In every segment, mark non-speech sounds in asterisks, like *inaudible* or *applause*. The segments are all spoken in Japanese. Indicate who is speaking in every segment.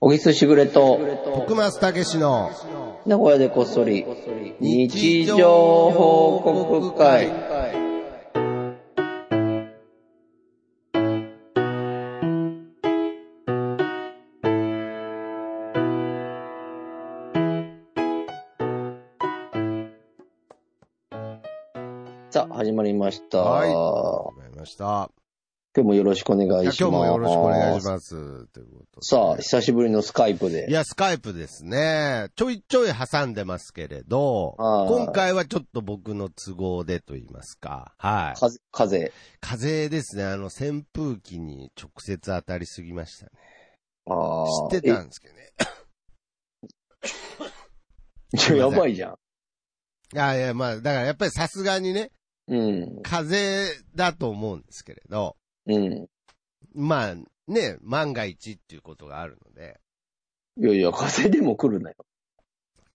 Speaker 1: 小木すしぐれと、
Speaker 2: 徳松たけしの、
Speaker 1: 名古屋でこっそり、日常報告会。さあ、始まりました。
Speaker 2: はいわかりました。
Speaker 1: 今日もよろしくお願い
Speaker 2: い
Speaker 1: し
Speaker 2: や
Speaker 1: ます。
Speaker 2: 今日もよろしくお願いします。ということで
Speaker 1: さあ、久しぶりのスカイプで。
Speaker 2: いや、スカイプですね。ちょいちょい挟んでますけれど、
Speaker 1: あー
Speaker 2: 今回はちょっと僕の都合でと言いますか。はい。
Speaker 1: 風、風。
Speaker 2: 風ですね。あの、扇風機に直接当たりすぎましたね。
Speaker 1: ああ。
Speaker 2: 知ってたんですけどね。
Speaker 1: えちょやばいじゃん。
Speaker 2: いやいや、まあ、だからやっぱりさすがにね、
Speaker 1: うん。
Speaker 2: 風邪だと思うんですけれど、
Speaker 1: うん。
Speaker 2: まあ、ね、万が一っていうことがあるので、
Speaker 1: いやいや、風でも来るなよ。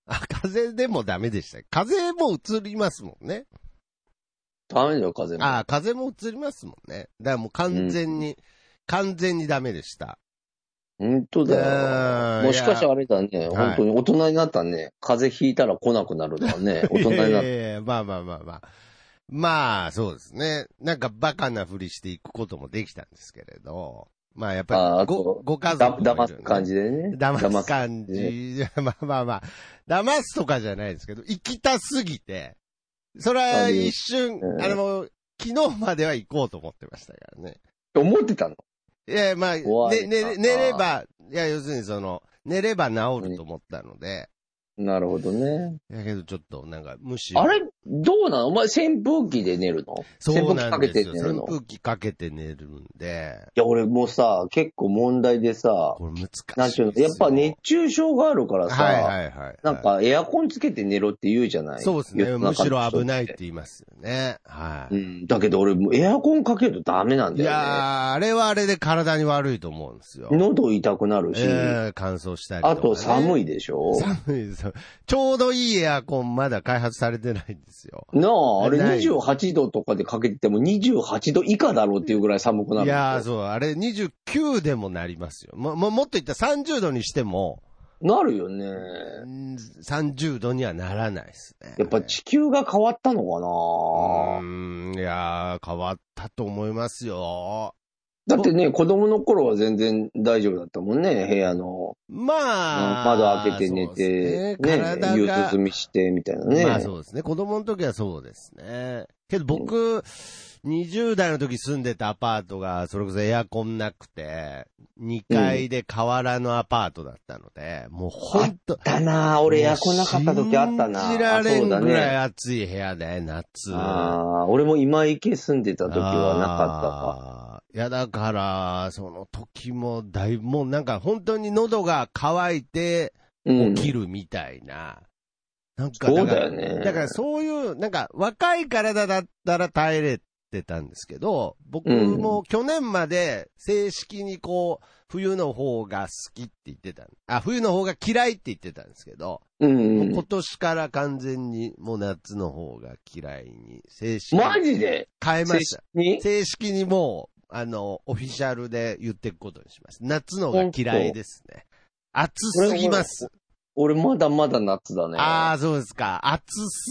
Speaker 2: あ、風邪でもダメでした。風邪も移りますもんね。
Speaker 1: ダメだよ、風も。
Speaker 2: あ風邪も移りますもんね。だからもう完全に、完全にダメでした。
Speaker 1: 本当だよ。
Speaker 2: うん
Speaker 1: もしかしたらあれだね、
Speaker 2: い
Speaker 1: 本当に大人になったらね、風邪ひいたら来なくなるとかね、大人になっ
Speaker 2: いやいやいやまあまあまあまあ。まあ、そうですね。なんかバカなふりしていくこともできたんですけれど、まあやっ
Speaker 1: あ
Speaker 2: ぱ
Speaker 1: あ
Speaker 2: りご
Speaker 1: と、
Speaker 2: ご家
Speaker 1: た。
Speaker 2: 族もい
Speaker 1: だ
Speaker 2: る、ね。
Speaker 1: 騙す感じでね。
Speaker 2: 騙す感
Speaker 1: 騙す
Speaker 2: じ。 *laughs* まあまあまあ。騙すとかじゃないですけど、行きたすぎて、それは一瞬
Speaker 1: う、ん
Speaker 2: あの、昨日までは行こうと思ってましたからね。
Speaker 1: 思ってたの。
Speaker 2: いや、まあ、ね、
Speaker 1: 怖いな
Speaker 2: 寝寝れば、いや、要するにその、寝れば治ると思ったので、
Speaker 1: なるほどね。
Speaker 2: だけどちょっとなんか、むしろ。
Speaker 1: あれどうなのお前扇風機で寝るの
Speaker 2: そうなんです
Speaker 1: 扇風機
Speaker 2: よ。
Speaker 1: かけて寝るの
Speaker 2: 扇風機かけて寝るんで、
Speaker 1: いや、俺もうさ、結構問題でさ、
Speaker 2: これ難しいですよ。
Speaker 1: なんていうのやっぱ熱中症があるからさ、
Speaker 2: はいはいはい。
Speaker 1: なんかエアコンつけて寝ろって言うじゃない
Speaker 2: そうですね。むしろ危ない
Speaker 1: 世の中の
Speaker 2: っ。
Speaker 1: 人
Speaker 2: て言いますよね。はい。
Speaker 1: うん。だけど俺、もうエアコンかけるとダメなん
Speaker 2: い
Speaker 1: だよね。
Speaker 2: やー、あれはあれで体に悪いと思うんですよ。
Speaker 1: 喉痛くなるし、
Speaker 2: えー、乾燥したりとか、
Speaker 1: あ
Speaker 2: ね。
Speaker 1: と寒
Speaker 2: い。
Speaker 1: いでしょ
Speaker 2: 寒いです。ちょうどいいエアコンまだ開発されてないんですよ。
Speaker 1: なあ、あれ
Speaker 2: ない
Speaker 1: 28度とかでかけてても28度以下だろうっていうぐらい寒くなるん
Speaker 2: い
Speaker 1: だよ。
Speaker 2: やー、そう、あれ29でもなりますよ。も、も、もっと言ったら30度にしても、
Speaker 1: なるよね。
Speaker 2: うん30度にはならないですね。
Speaker 1: やっぱ地球が変わったの
Speaker 2: う
Speaker 1: かな
Speaker 2: ーん、いやー、変わったと思いますよ。
Speaker 1: だってね、子供の頃は全然大丈夫だったもんね、部屋の。
Speaker 2: まあ、
Speaker 1: 窓開けて寝
Speaker 2: そうで
Speaker 1: て、ね
Speaker 2: すね、体
Speaker 1: 夕
Speaker 2: が
Speaker 1: 涼みして、みたいなね。
Speaker 2: まあそうですね。子供の時はそうですね。けど僕、20代の時住んでたアパートが、それこそエアコンなくて、2階で瓦のアパートだったので、もうほんと、
Speaker 1: だなあ俺エアコンなかった時あったな
Speaker 2: 信じられん
Speaker 1: あそう
Speaker 2: ぐらい
Speaker 1: だね
Speaker 2: 暑い部屋で、夏。
Speaker 1: ああ、俺も今池住んでた時はなかっ
Speaker 2: あーいや、だから、その時もだいぶ、もうなんか本当に喉が渇いて
Speaker 1: たか。う
Speaker 2: 起
Speaker 1: ん。
Speaker 2: きるみたいな。なんか
Speaker 1: そう
Speaker 2: から
Speaker 1: だよね。
Speaker 2: だからそういう、なんか若い体だったら耐えれてたんですけど、僕も去年まで正式にこう、冬の方が好きって言ってた。あ、冬の方が嫌いって言ってたんですけど、
Speaker 1: うん
Speaker 2: もう
Speaker 1: う
Speaker 2: 今
Speaker 1: ん。
Speaker 2: 年から完全にもう夏の方が嫌いに正式に
Speaker 1: マジで
Speaker 2: 変えま
Speaker 1: 正
Speaker 2: し
Speaker 1: 式
Speaker 2: た。
Speaker 1: に
Speaker 2: 正式にもう、あの、オフィシャルで言っていくことにします。夏の方が嫌いですね。暑すぎます。
Speaker 1: 俺まだまだ夏だね。
Speaker 2: ああ、そうですか。暑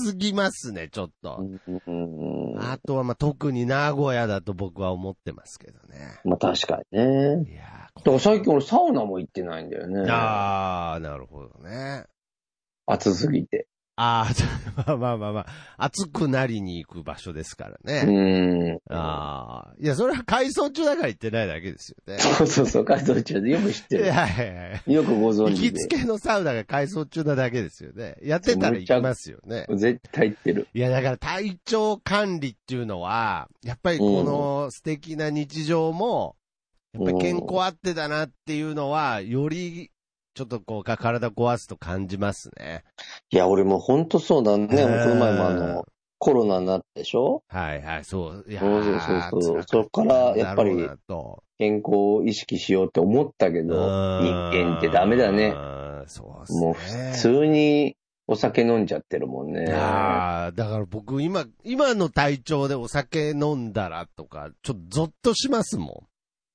Speaker 2: すぎますね、ちょっと。
Speaker 1: うんうん。
Speaker 2: あとは、まあ、特に名古屋だと僕は思ってますけどね。
Speaker 1: まあ確かにね。
Speaker 2: いやー
Speaker 1: だから最近俺サウナも行ってないんだよね。
Speaker 2: あー、なるほどね。
Speaker 1: 暑すぎて。
Speaker 2: あー、 *laughs* まあまあまあ、暑くなりに行く場所ですから
Speaker 1: う
Speaker 2: ね。
Speaker 1: ん。
Speaker 2: ああ。いや、それは改装中だから行ってないだけですよね。
Speaker 1: そうそうそう、改造中でよく知っ
Speaker 2: い
Speaker 1: てる。
Speaker 2: やいやいや。
Speaker 1: よくご存
Speaker 2: 行
Speaker 1: 知
Speaker 2: き
Speaker 1: で
Speaker 2: つ。けのサウナが改装中なだけですよね。やってたら行きますよね。
Speaker 1: 絶対行ってる。
Speaker 2: いや、だから体調管理っていうのは、やっぱりこの素敵な日常も、やっぱり健康あってだなっていうのは、より、ちょっとこうか、体壊すと感じますね。
Speaker 1: いや、俺も本当そうだね。こ
Speaker 2: うん
Speaker 1: の前もあの、コロナになったでしょ
Speaker 2: はいはい、そう。いや
Speaker 1: そうそうそう
Speaker 2: ー辛ったんだろうな
Speaker 1: そっからやっぱり
Speaker 2: と
Speaker 1: 健康を意識しようって思ったけど、人間ってダメだ。
Speaker 2: う
Speaker 1: ね。
Speaker 2: ーんそうっすね。
Speaker 1: もう普通にお酒飲んじゃってるもんね。
Speaker 2: ああ、だから僕今、今の体調でお酒飲んだらとか、ちょっとゾッとしますも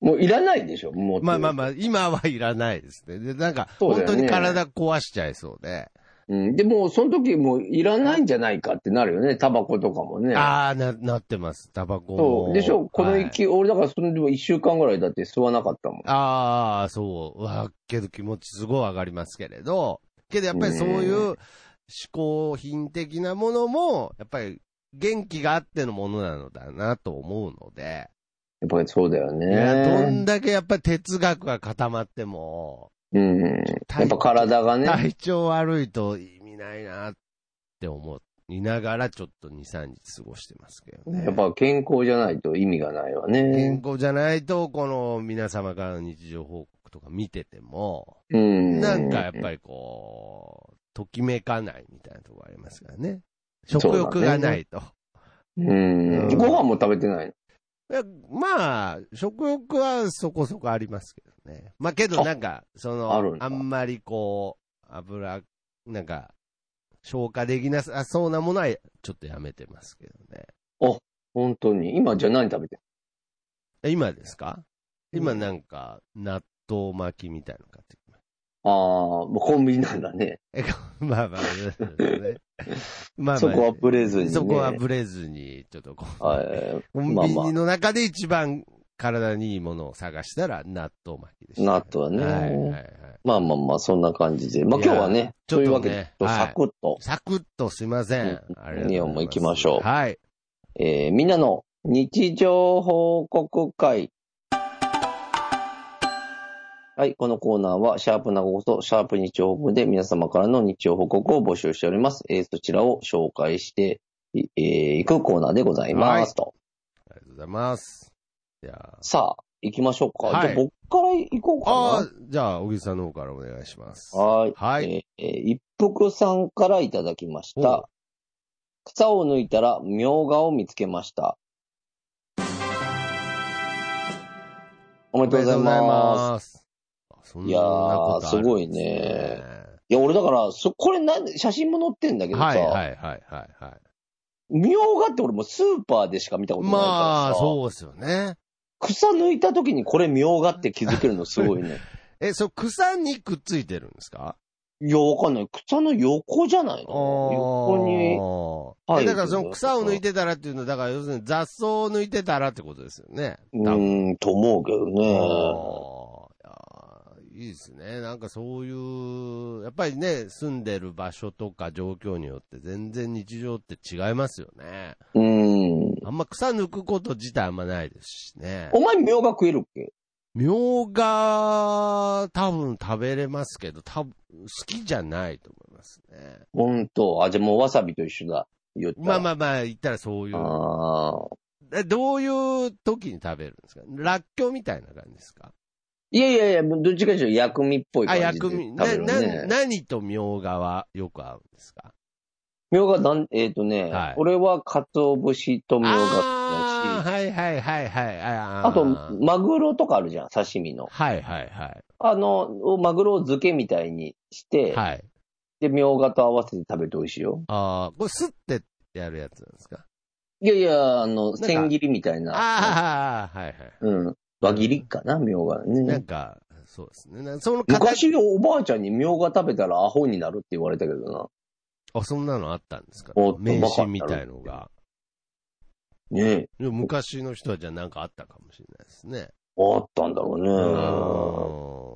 Speaker 1: もういらないでしょ、もう。
Speaker 2: まあまあまあ、今はいらないですね。で、なんか、
Speaker 1: そうだ
Speaker 2: 本
Speaker 1: よね
Speaker 2: 当に体壊しちゃいそうで。
Speaker 1: うん。でも、その時もういらないんじゃないかってなるよね、タバコとかもね。
Speaker 2: ああ、な、なってます。タバコも
Speaker 1: そう。でしょ、この
Speaker 2: はい
Speaker 1: 勢い、俺だからそれでも1週間ぐらいだって吸わなかったもん。
Speaker 2: ああ、そう。わ、けど気持ちすごい上がりますけれど。けどやっぱりそういう嗜好品的なものも、やっぱり元気があってのものなのだなと思うので。
Speaker 1: やっぱりそうだよ
Speaker 2: いやどん
Speaker 1: ね。
Speaker 2: だけやっぱり哲学が固まっても、
Speaker 1: うん。やっぱ体がね。
Speaker 2: 体調悪いと意味ないなって思いながらちょっと2、3日過ごしてますけどね。
Speaker 1: やっぱ健康じゃないと意味がないわ
Speaker 2: 健
Speaker 1: ね。
Speaker 2: 康じゃないと、この皆様からの日常報告とか見てても、
Speaker 1: うん。
Speaker 2: なんかやっぱりこう、ときめかないみたいなところありますからね。食欲がないと。
Speaker 1: うん。
Speaker 2: うん
Speaker 1: ご飯も食べてないの。
Speaker 2: いやまあ、食欲はそこそこありますけどね。まあけど
Speaker 1: あ
Speaker 2: なんか、そ
Speaker 1: ある
Speaker 2: の
Speaker 1: ん、だ
Speaker 2: あんまりこう、油、なんか、消化できなさそうなものはちょっとやめてますけどね。
Speaker 1: 本当に。今じゃあ何食べてる
Speaker 2: え今ですか今なんか、納豆巻きみたいなの買ってきまし
Speaker 1: ああ、もうコンビニなんだね。
Speaker 2: た。え、まあまあ、そうで
Speaker 1: *laughs*
Speaker 2: すねまあまあ
Speaker 1: そこはブレずにね
Speaker 2: そこはブレずに、ちょっとこう、
Speaker 1: はい。
Speaker 2: コンビニの中で一番体にいいものを探したら納豆巻きでした。
Speaker 1: 納豆だね
Speaker 2: はいはいはい。
Speaker 1: まあまあまあ、そんな感じで。まあ今日はい
Speaker 2: や
Speaker 1: ね、
Speaker 2: ちょ
Speaker 1: と
Speaker 2: っとね
Speaker 1: いうわけで、
Speaker 2: はい
Speaker 1: サクッと、
Speaker 2: サクッとすいません。
Speaker 1: うん
Speaker 2: ありがとうございます
Speaker 1: 日本も行きましょう
Speaker 2: はい。
Speaker 1: えーみんなの日常報告会。はい、このコーナーは、シャープなごと、シャープ日常報告で皆様からの日常報告を募集しております。えーそちらを紹介してい、えーいくコーナーでございます、
Speaker 2: はい
Speaker 1: と。
Speaker 2: ありがとうございます。じゃあ、
Speaker 1: さあ、行きましょうか。
Speaker 2: は
Speaker 1: じ
Speaker 2: い
Speaker 1: ゃあ僕から行こうか
Speaker 2: あーじゃあ、小木さんの方からお願いします。
Speaker 1: な。はーい。
Speaker 2: はい。
Speaker 1: えーえー一服さんからいただきまし
Speaker 2: お
Speaker 1: た。草を抜いたら、みょうがを見つけました。おめでとうございます。
Speaker 2: す。そんなことあるんで
Speaker 1: い
Speaker 2: す
Speaker 1: やーすごいねいや、俺だから、そ、これなんで、写真も載ってんだけどさ、
Speaker 2: はいはいはいはいは
Speaker 1: みょうがって俺もうスーパーでしか見たこ
Speaker 2: い。
Speaker 1: とないから
Speaker 2: まあ、
Speaker 1: さ、
Speaker 2: そうですよね。
Speaker 1: 草抜いた時にこれみょうがって気づけるのすご *laughs* いね。
Speaker 2: え、そう、草にくっついてるんですか
Speaker 1: いや、わかんない。草の横じゃないの横に。
Speaker 2: あー
Speaker 1: 入る
Speaker 2: えだからその草を抜いてたらっていうのは、だから要するに雑草を抜いてたらってことですよね。
Speaker 1: う
Speaker 2: 多分
Speaker 1: ーん、と思うけどね。
Speaker 2: あーいやーいいですね。なんかそういう、やっぱりね、住んでる場所とか状況によって全然日常って違いますよね。
Speaker 1: うーん。
Speaker 2: あんま草抜くこと自体あんまないですしね
Speaker 1: お。前みょうが食えるっけ
Speaker 2: みょうが、多分食べれますけど、多分好きじゃないと思いますね。
Speaker 1: ほんと。あ、じゃあもうわさびと一緒だ。言った
Speaker 2: ま
Speaker 1: ら。
Speaker 2: あまあまあ、言ったらそういう。
Speaker 1: あー
Speaker 2: えどういう時に食べるんですからっきょうみたいな感じですか
Speaker 1: いやいやいや、どっちかでしょ、薬味っぽい
Speaker 2: あ、
Speaker 1: 感じで
Speaker 2: 薬
Speaker 1: 食べる
Speaker 2: 味。
Speaker 1: ね。
Speaker 2: な、な、何とみょうがはよく合うんですか
Speaker 1: みょうがなん、えっ、とね、
Speaker 2: はい
Speaker 1: 俺は鰹節とみょうが
Speaker 2: あ
Speaker 1: だし、
Speaker 2: ーはいはいはいはい。あ
Speaker 1: あ
Speaker 2: ー
Speaker 1: と、マグロとかあるじゃん、刺身の。
Speaker 2: はいはいは
Speaker 1: あの、マグロを漬けみたいにして、
Speaker 2: い。はい。
Speaker 1: で、みょうがと合わせて食べて美味しいよ。
Speaker 2: ああ、これすってやるやつなんですか
Speaker 1: いやいや、あの、
Speaker 2: なんか
Speaker 1: 千切りみたいな。
Speaker 2: ああ、はいはい。
Speaker 1: うん。輪切りかな、みょうが
Speaker 2: な
Speaker 1: ね
Speaker 2: ん。か、そうですね。なその形、
Speaker 1: 昔おばあちゃんにみょうが食べたらアホになるって言われたけど
Speaker 2: あ、そんなのあったんですか
Speaker 1: おっと
Speaker 2: 名刺みたいのが。
Speaker 1: な。ねえ。
Speaker 2: でも昔の人はじゃあなんかあったかもしれないですね。
Speaker 1: あったんだろうね。
Speaker 2: うん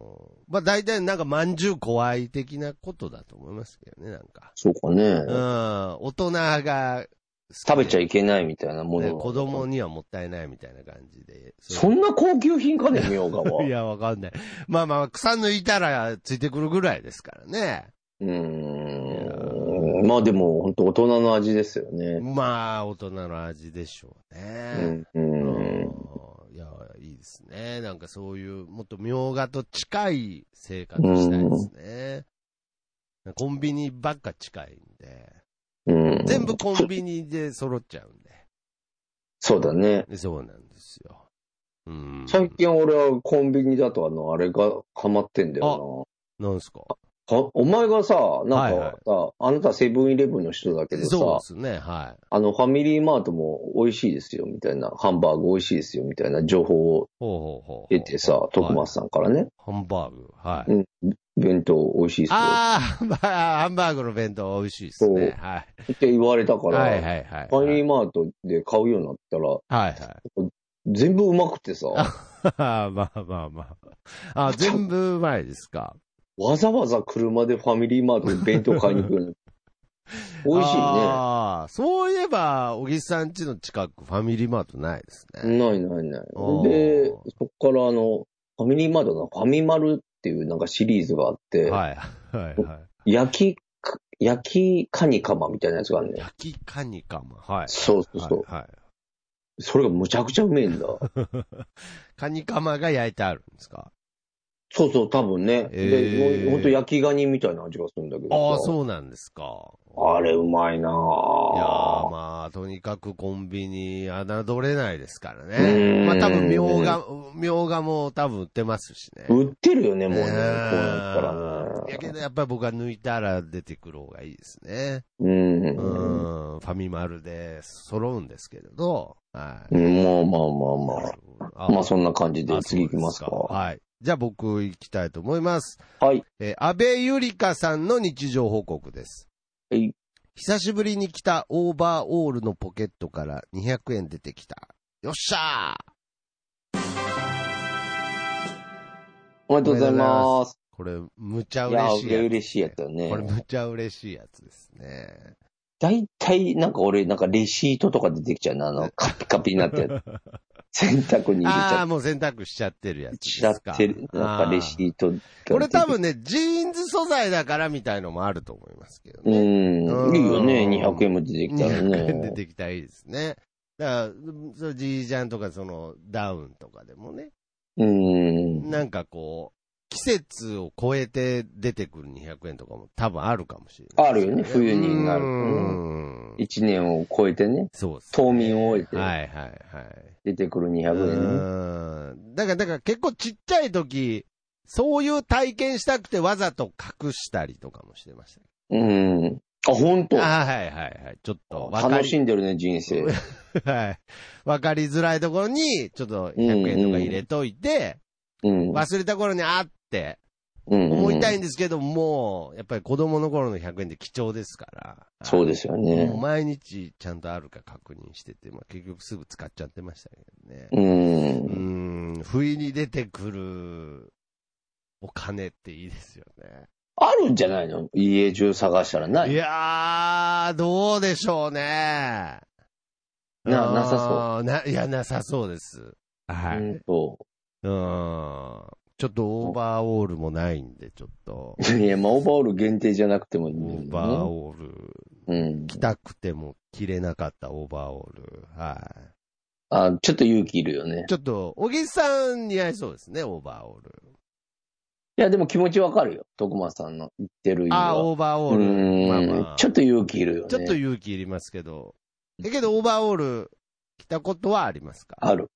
Speaker 2: まあ大体なんかまんじゅう怖い的なことだと思いますけどね、なんか。
Speaker 1: そうかね。
Speaker 2: うん。大人が
Speaker 1: 食べちゃ
Speaker 2: い
Speaker 1: いけないみたいなもの
Speaker 2: ね、
Speaker 1: が
Speaker 2: 子供にはもったいないみたいな感じで。
Speaker 1: そんな高級品かね、みょうがは。
Speaker 2: *laughs* いや、わかんない。まあまあ、草抜いたらついてくるぐらいですからね。
Speaker 1: うーんまあでも、本当大人の味ですよね。
Speaker 2: まあ、大人の味でしょう
Speaker 1: う
Speaker 2: ね。
Speaker 1: ん。うん
Speaker 2: うんいや、いいですね。なんかそういう、もっとみょうがと近い生活したいですね。コンビニばっか近いんで。
Speaker 1: うん
Speaker 2: 全部コンビニで揃っちゃうん
Speaker 1: そうだね。
Speaker 2: で。そうなんですよ。うん。
Speaker 1: 最近俺はコンビニだとあの、あれがハマってんだよ
Speaker 2: なんすか
Speaker 1: かお前がさ、なん
Speaker 2: はい
Speaker 1: かさ、
Speaker 2: はい
Speaker 1: あなたセブンイレブンの人だけど
Speaker 2: そう
Speaker 1: さ
Speaker 2: で、すね、は
Speaker 1: あのファミリーマートも美味しいですよみたいな、ハンバーグ美味しいですよみたいな情報を
Speaker 2: い。ほうほうほう。
Speaker 1: 得てさ、徳松さんからね、
Speaker 2: ハンバーグ。はい。
Speaker 1: うん弁当美味しいですよ
Speaker 2: ああ、ハンバーハンバーグの弁当美味しいですね。は
Speaker 1: って言われたか
Speaker 2: い。
Speaker 1: ら、
Speaker 2: はいはいはい。
Speaker 1: ファミリー
Speaker 2: はい
Speaker 1: マートで買うようになったら、
Speaker 2: はい。
Speaker 1: 全部うまくてさ、
Speaker 2: あまあまあま
Speaker 1: *laughs*
Speaker 2: あ。あ、全部前ですか。
Speaker 1: わざわざ車でファミリーマートで弁当買いに行
Speaker 2: *laughs*
Speaker 1: くの。美味しいね。
Speaker 2: ああ、そういえば、小木さん家の近く、ファミリーマートないですね。
Speaker 1: ないないな
Speaker 2: あー
Speaker 1: い。で、そこからあの、ファミリーマートのファミマルっていうなんかシリーズがあって、
Speaker 2: はい、はい、はい。
Speaker 1: 焼きか、焼きカニカマみたいなやつがあるね。
Speaker 2: 焼きカニカマ。はい。
Speaker 1: そうそうそう。
Speaker 2: はいはい。
Speaker 1: それがむちゃくちゃうめえんだ。
Speaker 2: カニカマが焼いてあるんですか
Speaker 1: そうそう、多分ね。
Speaker 2: えー
Speaker 1: で、ほんと焼きガニみたいな味がするんだけどさ。
Speaker 2: ああ、そうなんですか。
Speaker 1: あれうまいない
Speaker 2: やー
Speaker 1: ぁ。
Speaker 2: まあ、とにかくコンビニ、侮れないですから
Speaker 1: うー
Speaker 2: ね。
Speaker 1: ん
Speaker 2: まあ、多分、みょうが、みょうがも多分売ってますしね。
Speaker 1: 売ってるよね、もうね。こう
Speaker 2: ね
Speaker 1: なったら
Speaker 2: やけ
Speaker 1: ね。
Speaker 2: ど、やっぱり僕は抜いたら出てくる方がいいですね。
Speaker 1: うん
Speaker 2: う。ん、ファミマルで揃うんですけれど。はい。
Speaker 1: うんまあまあまあまあ。
Speaker 2: あ
Speaker 1: まあそんな感じで
Speaker 2: あ
Speaker 1: 次行きますか。
Speaker 2: そうではい。じゃあ僕行きたいと思います。
Speaker 1: はい。
Speaker 2: えー安倍ゆりかさんの日常報告です。
Speaker 1: はい
Speaker 2: 久しぶりに着たオーバーオールのポケットから200円出てきた。よっしゃー
Speaker 1: おめでとうございます。
Speaker 2: これ、むちゃ
Speaker 1: いや
Speaker 2: 嬉しいやつ、
Speaker 1: 嬉しいやつだね
Speaker 2: これ、むちゃ嬉しいやつですね。
Speaker 1: 大体、なんか俺、なんかレシートとか出てきちゃうな。あ
Speaker 2: *laughs*
Speaker 1: の、カピカピになってる。洗濯に入れち
Speaker 2: ああ
Speaker 1: ゃ
Speaker 2: ー、もう洗濯しちゃってる
Speaker 1: っ
Speaker 2: やつで
Speaker 1: て、
Speaker 2: す
Speaker 1: し
Speaker 2: か。
Speaker 1: らってる。なんかレシートが出てき
Speaker 2: あーこれ多分ね、ジーンズ素材だからみたいのもあると思いますけどね。
Speaker 1: うん。いいよね。
Speaker 2: うん
Speaker 1: 200円も出てきたら
Speaker 2: 200円出 *laughs*
Speaker 1: ね。
Speaker 2: てきたらいいですね。だから、うんそれじいちゃんとかそのダウンとかでもね、
Speaker 1: うん。
Speaker 2: なんかこう、季節を超えて出てくる200円とかも多分あるかもしれない、
Speaker 1: あるよね冬になるとね
Speaker 2: うん
Speaker 1: 1年を超えてね、
Speaker 2: そうです、
Speaker 1: 冬眠を終えて
Speaker 2: はいはいはい。
Speaker 1: 出てくる200円ね。
Speaker 2: うん。だから、だから結構ちっちゃい時、そういう体験したくてわざと隠したりとかもしてました。
Speaker 1: うん。あ、本当
Speaker 2: あはいはいはい。ちょっとわかり
Speaker 1: 楽しんでるね、人生。
Speaker 2: *laughs* はい。わかりづらいところに、ちょっと100円とか入れといて、
Speaker 1: うん。
Speaker 2: 忘れた頃にあって、
Speaker 1: 思
Speaker 2: 思いたいんですけど、もう、やっぱり子供の頃の100円って貴重ですから。
Speaker 1: そうですよ
Speaker 2: ね。
Speaker 1: ね
Speaker 2: もう。毎日ちゃんとあるか確認してて、まあ結局すぐ使っちゃってましたけどね。
Speaker 1: う。
Speaker 2: うんん、不意に出てくるお金っていいですよね。
Speaker 1: あるんじゃないの家中探したらないい。
Speaker 2: やー、どうでしょうね。
Speaker 1: ななさそう
Speaker 2: う。な、いや、なさそうです。はい。
Speaker 1: うんと。
Speaker 2: うん。ちょっとオーバーオールもないんで、ちょっと。
Speaker 1: いや、まあ、オーバーオール限定じゃなくてもいい
Speaker 2: オ
Speaker 1: ん
Speaker 2: ー
Speaker 1: だ
Speaker 2: バー
Speaker 1: よね、
Speaker 2: オール。
Speaker 1: うん。
Speaker 2: 着たくても着れなかったオーバーオール。は
Speaker 1: あ、ちょっと勇気いるよね
Speaker 2: い。。ちょっと、小木さん似合いそうですね、オーバーオール。
Speaker 1: いや、でも気持ちわかるよ。徳間さんの言ってる意味
Speaker 2: ああ、
Speaker 1: は。
Speaker 2: オーバーオ
Speaker 1: う
Speaker 2: ール。まあ
Speaker 1: ん、
Speaker 2: まあ。
Speaker 1: ちょっと勇気いるよね。
Speaker 2: ちょっと勇気いりますけど。だけど、オーバーオール着たことはありますか
Speaker 1: ある。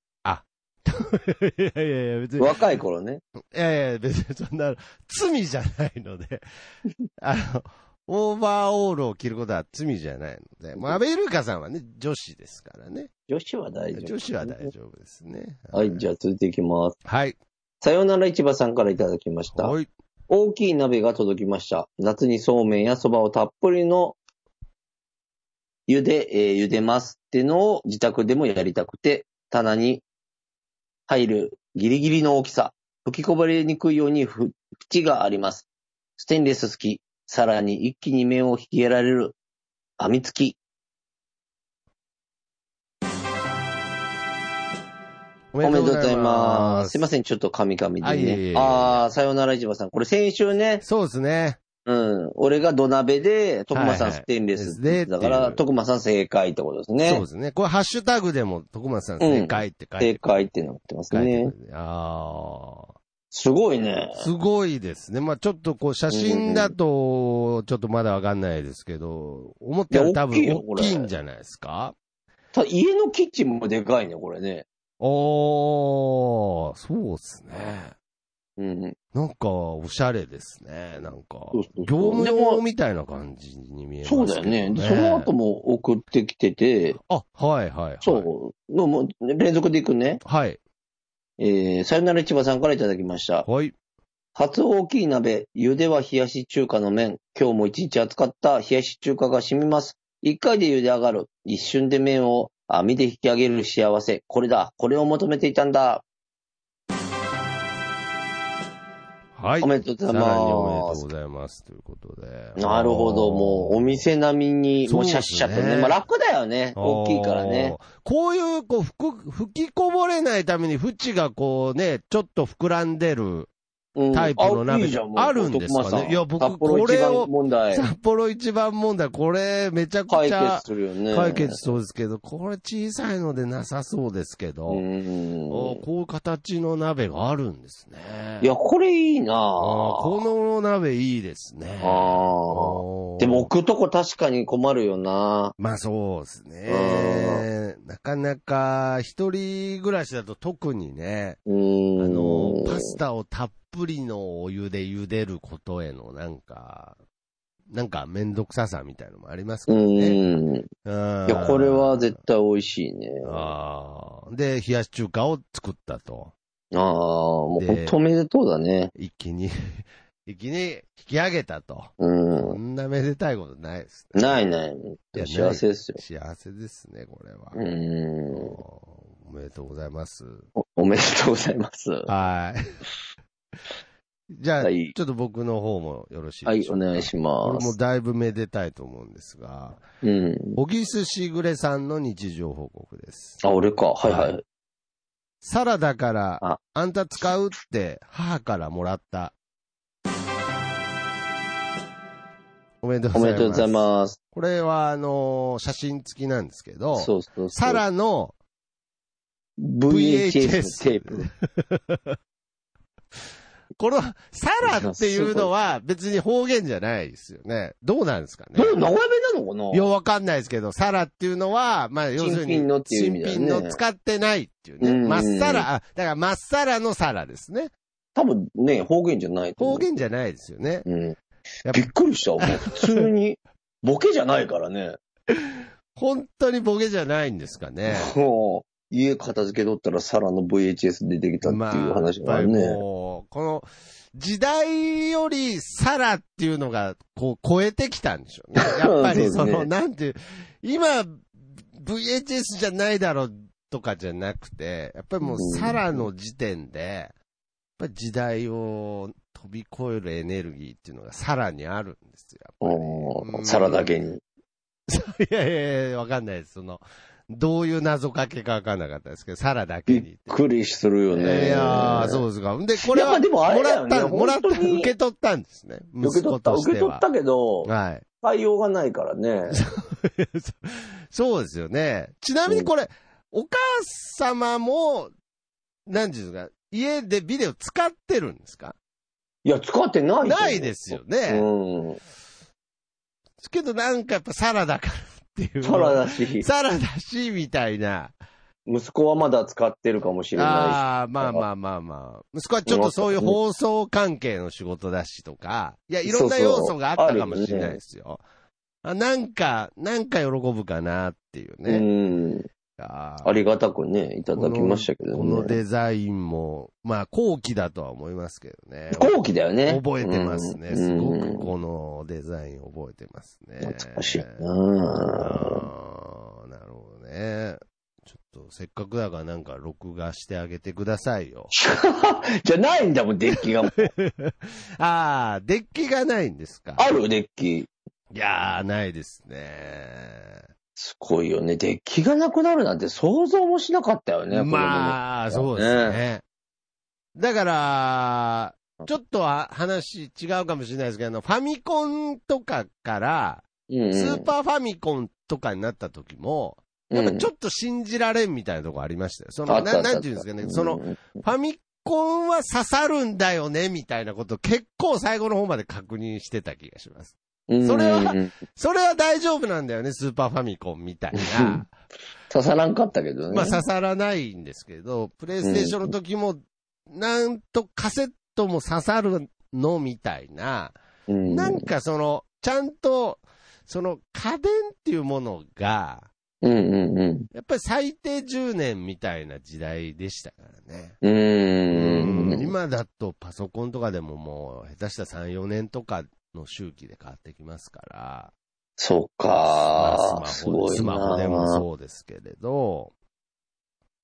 Speaker 2: *laughs* いやいやいや、 *laughs* 別に。い
Speaker 1: 若い頃ね。
Speaker 2: やいや、別にそんな、罪じゃない
Speaker 1: *laughs*
Speaker 2: ので。あの、オーバーオールを着ることは罪じゃないので。まあ、安倍ゆるかさんはね、女子ですからね。
Speaker 1: 女子は大丈夫。
Speaker 2: 女子は大丈夫ですね。
Speaker 1: はい、じゃあ続いていきます。
Speaker 2: はい。
Speaker 1: さよなら市場さんからいただきました。
Speaker 2: はい。
Speaker 1: 大きい鍋が届きました。夏にそうめんやそばをたっぷりの茹で、えー茹でますってのを自宅でもやりたくて、棚に入るギリギリの大きさ、吹きこぼれにくいようにふ縁があります。ステンレス好き、さらに一気に面を引き得られる編み付き。
Speaker 2: お
Speaker 1: おめでとうございます。すいま
Speaker 2: ん。
Speaker 1: せん、ちょっと噛み噛み
Speaker 2: あ
Speaker 1: で
Speaker 2: いえいえい
Speaker 1: ね
Speaker 2: え。
Speaker 1: ああー、さよなら市場さん。これ先週ね、
Speaker 2: そうですね。
Speaker 1: うん。俺が土鍋で、徳間さ
Speaker 2: は
Speaker 1: ん
Speaker 2: いはい
Speaker 1: ステンレスって言ってたか
Speaker 2: ですねっ
Speaker 1: ら、
Speaker 2: ていう
Speaker 1: 徳間さん正解ってことです
Speaker 2: そう
Speaker 1: ね
Speaker 2: で。すね。これ、ハッシュタグでも、徳松さん正解って書いて、
Speaker 1: 正解ってなってます
Speaker 2: 書いて
Speaker 1: ね
Speaker 2: く。れてああ。
Speaker 1: すごいね。
Speaker 2: すごいですね。まあちょっとこう写真だと、ちょっとまだわかんないですけど、思ったより多
Speaker 1: いや
Speaker 2: 分
Speaker 1: 大きいよこ
Speaker 2: 大
Speaker 1: れ
Speaker 2: きいんじゃないですか
Speaker 1: ただ家のキッチンもでかいね、これね。
Speaker 2: おー、そうですね。
Speaker 1: うん。
Speaker 2: なんか、おしゃれですね。なんか
Speaker 1: そうそうそう、
Speaker 2: 業務
Speaker 1: でも
Speaker 2: 用みたいな感じに見えますけ
Speaker 1: そ
Speaker 2: ど、
Speaker 1: う
Speaker 2: ね。
Speaker 1: だよね。でその後も送ってきてて、
Speaker 2: あ、はいはい、はい。
Speaker 1: そう、もうもう連続でいくね。
Speaker 2: はい。
Speaker 1: えー、さよなら千葉さんからいただきました。
Speaker 2: はい。
Speaker 1: 初大きい鍋、茹では冷やし中華の麺。今日も一日扱った冷やし中華が染みます。一回で茹で上がる。一瞬で麺を網で引き上げる幸せ。これだ。これを求めていたんだ。
Speaker 2: はい。
Speaker 1: おめでとうございます
Speaker 2: さらにおめでとうございます。ということで。
Speaker 1: なるほど。もう、お店並みに、もうシャッシャッと
Speaker 2: そうで
Speaker 1: ね。
Speaker 2: すね
Speaker 1: まあ楽だよね。
Speaker 2: あー
Speaker 1: 大きいからね。。
Speaker 2: こういう、こう、ふく、吹きこぼれないために、縁がこうね、ちょっと膨らんでる
Speaker 1: うん
Speaker 2: タイプの鍋
Speaker 1: あいいじゃもう
Speaker 2: あるんですかね
Speaker 1: 徳間さん
Speaker 2: いや僕
Speaker 1: 札幌
Speaker 2: これ
Speaker 1: 一
Speaker 2: を
Speaker 1: 番問
Speaker 2: *laughs*
Speaker 1: 題
Speaker 2: 札幌一番問題、これ、めちゃく
Speaker 1: 解
Speaker 2: ちゃ
Speaker 1: 決するよね。
Speaker 2: 解決しそうですけど、これ小さいのでなさそうですけど、
Speaker 1: うん。
Speaker 2: おこういう形の鍋があるんですね。
Speaker 1: いや、これいいなぁ
Speaker 2: あーこの鍋いいですね。
Speaker 1: あー
Speaker 2: おー
Speaker 1: でも、置くとこ確かに困るよな
Speaker 2: まあそうですね。なかなか、一人暮らしだと特にね、
Speaker 1: う
Speaker 2: あ
Speaker 1: ん。
Speaker 2: の、パスタをたっぷりのお湯で茹でることへのなんか、なんかめんどくささみたいのもありますか
Speaker 1: う
Speaker 2: らね。
Speaker 1: ん。い
Speaker 2: い
Speaker 1: や、これは絶対美味しいね。あ
Speaker 2: ああ。で、冷やし中華を作ったと。
Speaker 1: あー、もう
Speaker 2: で
Speaker 1: 本当おめでとうだね。
Speaker 2: 一気に、 *laughs* 一気に引き上げたと。
Speaker 1: う
Speaker 2: こ
Speaker 1: ん。
Speaker 2: んなめでたいことないですね。
Speaker 1: ないない。
Speaker 2: いや
Speaker 1: 幸せですよ。
Speaker 2: 幸せですね、これは。
Speaker 1: うん。
Speaker 2: おめでとうございます。
Speaker 1: おおめでとうございます。
Speaker 2: はい。 *laughs* じゃあ、
Speaker 1: はい
Speaker 2: ちょっと僕の方もよろしい
Speaker 1: は
Speaker 2: で
Speaker 1: い、
Speaker 2: しょ
Speaker 1: お
Speaker 2: うか。
Speaker 1: 願いし
Speaker 2: こ
Speaker 1: ま
Speaker 2: れも
Speaker 1: す。
Speaker 2: だいぶめでたいと思うんですが、
Speaker 1: うん。
Speaker 2: 小木すしぐれさんの日常報告です。
Speaker 1: あ、俺か。はいは。
Speaker 2: はいサラダから、
Speaker 1: あ
Speaker 2: あんた使うって母からもらった。おめでと
Speaker 1: お
Speaker 2: うご
Speaker 1: め
Speaker 2: ざ
Speaker 1: でとう
Speaker 2: います。
Speaker 1: ございます。
Speaker 2: これは、あのー写真付きなんですけど、
Speaker 1: そうそうそう。
Speaker 2: サラの
Speaker 1: VHS テー
Speaker 2: VHS
Speaker 1: プ。
Speaker 2: この、サラっていうのは別に方言じゃないですよね。どうなんですかね
Speaker 1: ど。う、名古屋弁なのか
Speaker 2: いや、
Speaker 1: な
Speaker 2: わかんないですけど、サラっていうのは、まあ、要するに、
Speaker 1: 新品のっていう意味だよね
Speaker 2: 新品の使ってないっていうね。
Speaker 1: うん
Speaker 2: まっさら、あ、だから、まっさらのサラですね。
Speaker 1: 多分ね、方言じゃないと思
Speaker 2: 方
Speaker 1: う。
Speaker 2: 言じゃないですよね。
Speaker 1: うん。
Speaker 2: ぱ
Speaker 1: びっくりした。もう普通
Speaker 2: *laughs*
Speaker 1: に。ボケじゃないからね。
Speaker 2: 本当にボケじゃないんですかね。
Speaker 1: もう、家片付け取ったらサラの VHS 出てきたっていう話がある
Speaker 2: やっぱ
Speaker 1: ね。
Speaker 2: りもう、この、時代よりサラっていうのが、こう、超えてきたんでしょ
Speaker 1: *laughs*
Speaker 2: うね。やっぱり
Speaker 1: そ
Speaker 2: そう
Speaker 1: ですね
Speaker 2: の、なんていう、今、VHS じゃないだろうとかじゃなくて、やっぱりもうサラの時点で、やっぱり時代を飛び越えるエネルギーっていうのがサラにあるんですよ、 *laughs* やっぱり
Speaker 1: う
Speaker 2: うんん
Speaker 1: サラだけに。
Speaker 2: いやいやいや、わかんないです。その、どういう謎かけかわかんなかったですけど、サラだけにって。
Speaker 1: びっくりするよね。
Speaker 2: いやー、そうですか。で、これ
Speaker 1: やっぱ
Speaker 2: は、
Speaker 1: でもあれ
Speaker 2: も
Speaker 1: だ
Speaker 2: ら
Speaker 1: よ
Speaker 2: っ
Speaker 1: ね
Speaker 2: た、もらっ
Speaker 1: 本
Speaker 2: た、
Speaker 1: 当に
Speaker 2: 受け取ったんですね。
Speaker 1: 受け
Speaker 2: 息
Speaker 1: 取
Speaker 2: 子
Speaker 1: った、
Speaker 2: とし
Speaker 1: 受け
Speaker 2: て
Speaker 1: 取っ
Speaker 2: は。
Speaker 1: たけど、
Speaker 2: はい。 *laughs*
Speaker 1: 使いようがないからね。
Speaker 2: そうですよね。ちなみにこれ、お母様も、なんていうんですか、家でビデオ使ってるんですか
Speaker 1: いや、使ってない。
Speaker 2: ないですよ。ね。
Speaker 1: うん。
Speaker 2: けどなんかやっぱサラダからっていう。
Speaker 1: サラだし、
Speaker 2: サラダし、みたいな。
Speaker 1: 息子はまだ使ってるかもしれな
Speaker 2: ああ、まあまあまあまあ。息子はちょっとそういう放送関係の仕事だしとか、いや、いろんな要素があったかもしれないですよ。あなんか、なんか喜ぶかなってい
Speaker 1: いし。
Speaker 2: う
Speaker 1: う
Speaker 2: ね。
Speaker 1: ん。
Speaker 2: あー
Speaker 1: ありがたくね、いただきましたけど
Speaker 2: この
Speaker 1: ね。
Speaker 2: デザインも、まあ、後期だとは思いますけどね。
Speaker 1: 飛行機だよね。
Speaker 2: 覚えてますね。
Speaker 1: うん
Speaker 2: すご
Speaker 1: う
Speaker 2: く
Speaker 1: ん
Speaker 2: このデザイン覚えてますね。
Speaker 1: 懐かしいな
Speaker 2: あーなるほどね。ちょっとせっかくだからなんか録画してあげてくださいよ。
Speaker 1: じゃないんだもん、デッキ
Speaker 2: *laughs*
Speaker 1: が。
Speaker 2: ああ、デッキがないんですか。
Speaker 1: あるデッキ。
Speaker 2: いやー、ないですね。
Speaker 1: すごいよね。デッキがなくなるなんて想像もしなかったよね。
Speaker 2: まあ、そうですね。だから、ちょっとは話違うかもしれないですけど、あのファミコンとかから、
Speaker 1: 子供の、
Speaker 2: ス
Speaker 1: ー
Speaker 2: ーパーファミコンとかになった時も、やっぱちょっと信じられんみたいなとこありましたよ。その、ななんていうんですかね、その、
Speaker 1: の、
Speaker 2: ファミコンは刺さるんだよね、みたいなこと結構最後の方まで確認してた気がします。
Speaker 1: うん
Speaker 2: それは
Speaker 1: うん
Speaker 2: それは大丈夫なんだよね、スーパーファミコンみたいな。
Speaker 1: 刺さらんかったけどね。
Speaker 2: まあ刺さらないんですけど、プレイステーションの時も、なんとカセッ人も刺さるのみたいな、
Speaker 1: うん。
Speaker 2: なんかその、ちゃんと、その家電っていうものが、
Speaker 1: うんうんうん。
Speaker 2: やっぱり最低10年みたいな時代でしたからね。
Speaker 1: う
Speaker 2: うん
Speaker 1: ーん。
Speaker 2: 今だとパソコンとかでももう下手したら3、4年とかの周期で変わってきますから。
Speaker 1: そう
Speaker 2: ま
Speaker 1: か。
Speaker 2: あス
Speaker 1: す
Speaker 2: マホ
Speaker 1: ごいな。
Speaker 2: スマホでもそうですけれど、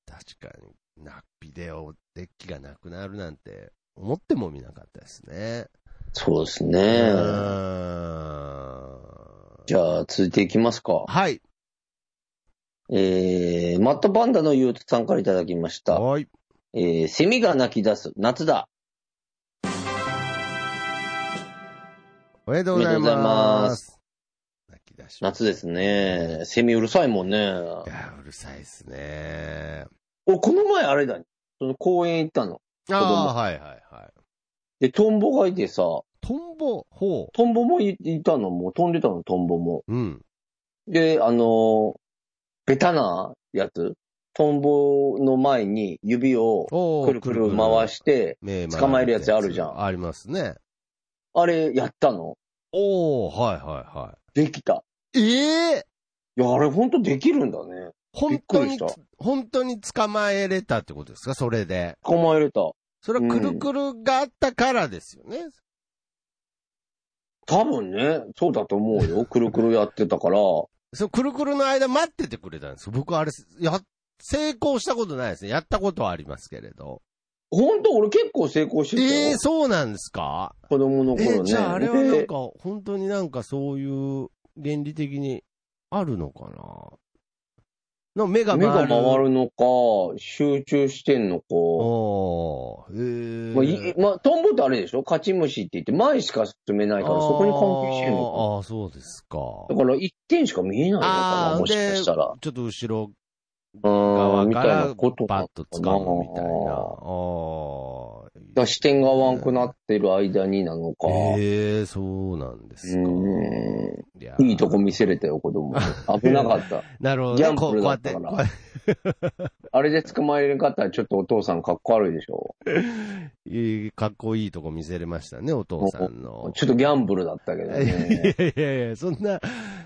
Speaker 2: 確かにな、ビデオデッキがなくなるなんて思ってもみなかったですね。
Speaker 1: そうです
Speaker 2: う
Speaker 1: ね。
Speaker 2: ーん
Speaker 1: じゃあ、続いていきますか。
Speaker 2: はい。
Speaker 1: えー、マットパンダのゆうとさんからいただきました。
Speaker 2: はい。
Speaker 1: えー、セミが鳴き出す夏だ。
Speaker 2: おめでとうございます。泣き出します
Speaker 1: 夏ですね。セミうるさいもんね。
Speaker 2: いや、うるさいですね。
Speaker 1: 俺、この前あれだ、ね、その公園行ったの。
Speaker 2: ああ、はいはいはい。
Speaker 1: で、トンボがいてさ、
Speaker 2: トンボ、ほ
Speaker 1: トンボもいいたの、もう飛んでたの、トンボも。
Speaker 2: う。うん。
Speaker 1: で、あのーベタなやつ、トンボの前に指を
Speaker 2: おー
Speaker 1: くるくる回して、
Speaker 2: 目回
Speaker 1: 捕まえるやつあるじゃん
Speaker 2: ありますね。
Speaker 1: あれやったの
Speaker 2: おー、はいはいは
Speaker 1: できた。
Speaker 2: い。ええ
Speaker 1: いや、あれほんとできるんだね。び
Speaker 2: 本
Speaker 1: っく
Speaker 2: 当
Speaker 1: りし
Speaker 2: に
Speaker 1: た、
Speaker 2: 本当に捕まえれたってことですかそれで。
Speaker 1: 捕まえれた。
Speaker 2: それはくるくるがあったからですよね。
Speaker 1: 多分ね、そうだと思う
Speaker 2: *laughs*
Speaker 1: よ。くるくるやってたから。
Speaker 2: そう、くるくるの間待っててくれたんですよ僕あれ、や、成功したことないですね。やったことはありますけれど。
Speaker 1: ほんと俺結構成功してたよ。
Speaker 2: ええそうなんですか
Speaker 1: 子供の
Speaker 2: え
Speaker 1: 頃ね。
Speaker 2: ーじゃああれはなん
Speaker 1: で
Speaker 2: か、本当になんかそういう原理的にあるのかなの目が
Speaker 1: 目
Speaker 2: 回る。
Speaker 1: が回るのか、集中してんのか。
Speaker 2: おー。へー
Speaker 1: まあ、いまあ、トンボってあれでしょ勝ち虫って言って前しか進めないから、そこに関係してんの
Speaker 2: あーあー、そうですか。
Speaker 1: かな。だから一点しか見えないのか
Speaker 2: あ
Speaker 1: な
Speaker 2: ー
Speaker 1: もしかしたら。
Speaker 2: ちょっと後ろ
Speaker 1: うー
Speaker 2: 側
Speaker 1: ん、み
Speaker 2: か
Speaker 1: たい
Speaker 2: ら
Speaker 1: なこと
Speaker 2: パ
Speaker 1: な
Speaker 2: ッ
Speaker 1: の
Speaker 2: と
Speaker 1: かな。
Speaker 2: 掴むみたいな。あ
Speaker 1: だか
Speaker 2: ー
Speaker 1: ら視点がわんくなってる間になのか。
Speaker 2: ええそうなんですか。
Speaker 1: う
Speaker 2: いや
Speaker 1: いいとこ見せれたよ、子
Speaker 2: *laughs*
Speaker 1: 供。危なかった。
Speaker 2: なるほど、ね。
Speaker 1: ギャンブル
Speaker 2: こ
Speaker 1: だった
Speaker 2: うこうや
Speaker 1: か
Speaker 2: って
Speaker 1: ら
Speaker 2: こうやって、
Speaker 1: あれで捕まえれんかったらちょっとお父さんかっこ悪いでしょ。
Speaker 2: いいかっこいいとこ見せれましたね、お父さんの。
Speaker 1: ちょっとギャンブルだったけどね。
Speaker 2: *laughs* いやいやいや、そんな、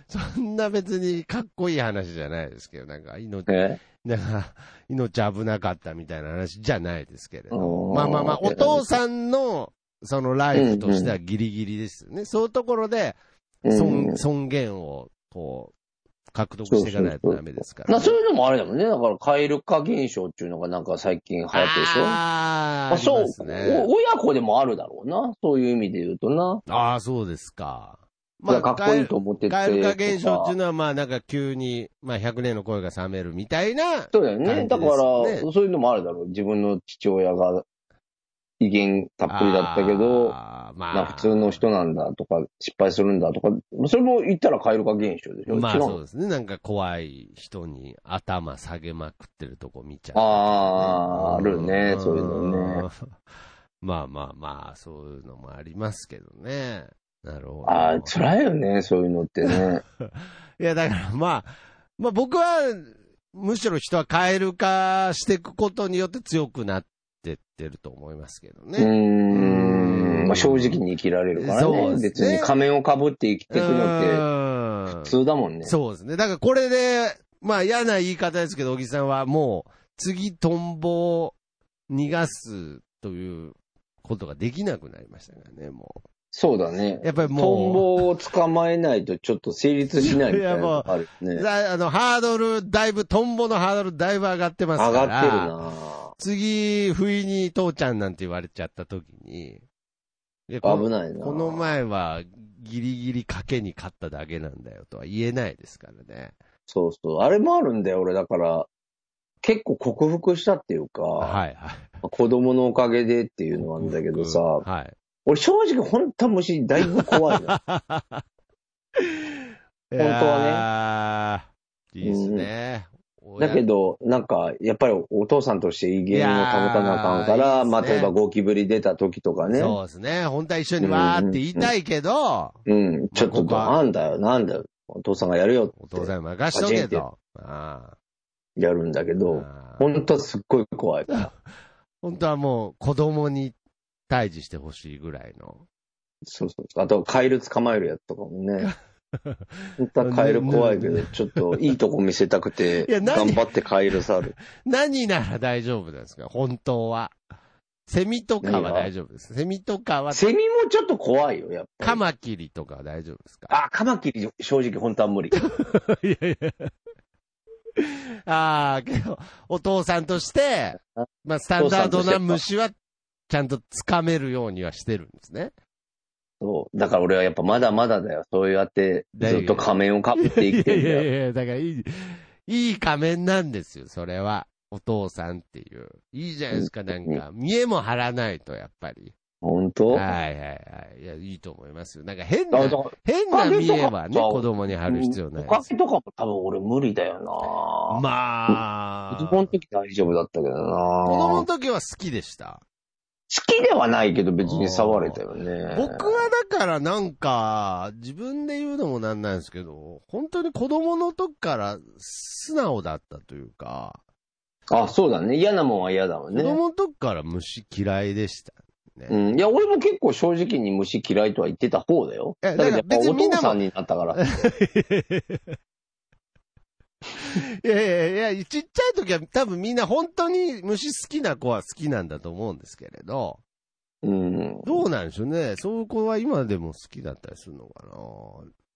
Speaker 2: そんな別にかっこいい話じゃないですけど、なんか命、
Speaker 1: ね
Speaker 2: なんか命危なかったみたいな話じゃないですけれど
Speaker 1: う。ん
Speaker 2: まあまあまあ、お父さんの、そのライフとしてはギリギリですよね。そういうところで、
Speaker 1: うん
Speaker 2: 尊、尊厳を、こう、獲得していかないとダメですから。
Speaker 1: なそういうのもあれだもんね。だから、蛙化現象っていうのがなんか最近流行ってるでしょ
Speaker 2: あ
Speaker 1: ま
Speaker 2: ー
Speaker 1: あ、そ
Speaker 2: あ
Speaker 1: う、
Speaker 2: りますね
Speaker 1: お親子でもあるだろうな。そういう意味で言うとな。
Speaker 2: ああ、そうですか。
Speaker 1: まあ、かっこいいと思ってて。
Speaker 2: カエル化現象っていう
Speaker 1: の
Speaker 2: のは、まあなんか急に、まあ100年の声が覚めるみたいな、
Speaker 1: そうだよ
Speaker 2: 感
Speaker 1: ね。
Speaker 2: じ
Speaker 1: だから、
Speaker 2: ですね
Speaker 1: そういうのもあるだろう。自分の父親が威厳たっぷりだったけど、
Speaker 2: あーまあ、
Speaker 1: まあ、普通の人なんだとか、失敗するんだとか、それも言ったら蛙化現象でしょ。
Speaker 2: まあ
Speaker 1: 違う
Speaker 2: そうですね。なんか怖い人に頭下げまくってるとこ見ちゃう、
Speaker 1: あーあるねそういうの
Speaker 2: ね。 *laughs* まあまあまあ、そういうのもありますけどね。なるほど。
Speaker 1: ああ、辛いよね、そういうのって
Speaker 2: *laughs*
Speaker 1: ね。
Speaker 2: いや、だからまあ、まあ僕は、むしろ人はカエル化していくことによって強くなってってると思いますけど
Speaker 1: う
Speaker 2: ね。
Speaker 1: ーん。まあ、正直に生きられるから
Speaker 2: そう
Speaker 1: ね。
Speaker 2: ですね
Speaker 1: 別に仮面をかぶって生きていくのって
Speaker 2: の
Speaker 1: 普通だもんね。
Speaker 2: そうですね。だからこれで、まあ嫌な言い方ですけど、小木さんはもう、次トンボを逃がすということができなくなりましたからね、も
Speaker 1: そうだね
Speaker 2: う。。やっぱりもう、
Speaker 1: トンボを捕まえないとちょっと成立しないみたいなのがある
Speaker 2: *laughs*
Speaker 1: よね。
Speaker 2: だあの、ハードル、だいぶ、トンボのハードルだいぶ上がってます
Speaker 1: 上
Speaker 2: から。
Speaker 1: がってるな
Speaker 2: 次、不意に父ちゃんなんて言われちゃった時に、でこの
Speaker 1: 危ないな
Speaker 2: この前はギリギリ賭けに勝っただけなんだよとは言えないですからね。
Speaker 1: そうそう。あれもあるんだよ、俺。だから、結構克服したっていうか、
Speaker 2: はいはい。
Speaker 1: 子供のおかげでっていうのはあるんだけどさ、
Speaker 2: はい。
Speaker 1: 俺正直本当は虫だいぶ怖い
Speaker 2: *laughs*
Speaker 1: な。
Speaker 2: 本
Speaker 1: 当
Speaker 2: はね。いいですね。
Speaker 1: だけど、なんか、やっぱりお父さんとして威厳を保たなあかんか
Speaker 2: いやーいい
Speaker 1: ら、
Speaker 2: っすね
Speaker 1: まあ、例えばゴキブリ出た時とか
Speaker 2: 親、
Speaker 1: ね。
Speaker 2: そうですね。本当は一緒にわーって言いたいけど、
Speaker 1: うん。ちょっと、
Speaker 2: まあここは
Speaker 1: なんだよ、なんだよ。お父さんがやるよ
Speaker 2: お
Speaker 1: っ
Speaker 2: 父
Speaker 1: て
Speaker 2: さんに任しとけと。あ
Speaker 1: やるんだけ
Speaker 2: あ
Speaker 1: ど、本当はすっごい怖いから。
Speaker 2: 本当はもう子供に退治してほしいぐらいの。
Speaker 1: そうそうそう。あと、カエル捕まえるやつとかも
Speaker 2: *laughs*
Speaker 1: ね。本当はカエル怖いけど、ちょっといいとこ見せたくて、
Speaker 2: いや
Speaker 1: 頑
Speaker 2: 何
Speaker 1: 張ってカエル去る。
Speaker 2: 何なら大丈夫なんですか本当は。セミとかは大丈夫です。セミとかは、
Speaker 1: セミもちょっと怖いよ、やっぱり。
Speaker 2: カマキリとかは大丈夫ですか
Speaker 1: あ、カマキリ、正直本当は無理。
Speaker 2: いやいや。ああ、けど、お父さんとして、まあ、スタンダードな虫は、ちゃんとつかめるようにはしてるんですね。
Speaker 1: そう。だから俺はやっぱまだまだだよ。そうやって、ずっと仮面をかぶって生きてん
Speaker 2: いや
Speaker 1: だ
Speaker 2: い
Speaker 1: よ。
Speaker 2: やいや、だからいい、いい仮面なんですよ、それは。お父さんっていう。いいじゃないですか、なんか。見えも張らないと、やっぱり。
Speaker 1: 本当
Speaker 2: はいはいはい。いや、いいと思いますよ。なんか変
Speaker 1: あ
Speaker 2: な
Speaker 1: だ、か
Speaker 2: 変な見えはね、
Speaker 1: そう
Speaker 2: 子供に
Speaker 1: ら
Speaker 2: 張る必要な
Speaker 1: お
Speaker 2: いで
Speaker 1: か
Speaker 2: す
Speaker 1: げ。とかも多分俺無理だよ
Speaker 2: ま
Speaker 1: な
Speaker 2: あ、
Speaker 1: 子
Speaker 2: 子
Speaker 1: 供の時大丈夫だったけどな
Speaker 2: 供
Speaker 1: 好
Speaker 2: の時は好きでした。
Speaker 1: きではないけど別に触れたよね。
Speaker 2: 僕はだからなんか、自分で言うのもなんなんですけど、本当に子供の時から素直だったというか、
Speaker 1: あ、そうだね。嫌なもんは嫌だもん
Speaker 2: 子
Speaker 1: ね。
Speaker 2: 供の時から虫嫌いでした。
Speaker 1: うん。いや、俺も結構正直に虫嫌いとは言ってた方だよ。
Speaker 2: え
Speaker 1: だけどやっぱ
Speaker 2: だから別
Speaker 1: お
Speaker 2: にみんな
Speaker 1: 父
Speaker 2: も
Speaker 1: さんになったから。
Speaker 2: いやいやいや、ちっちゃい時は多分みんな本当に虫好きな子は好きなんだと思うんですけれど、
Speaker 1: うん。
Speaker 2: どうなんでしょうね。そういう子は今でも好きだったりするのかな。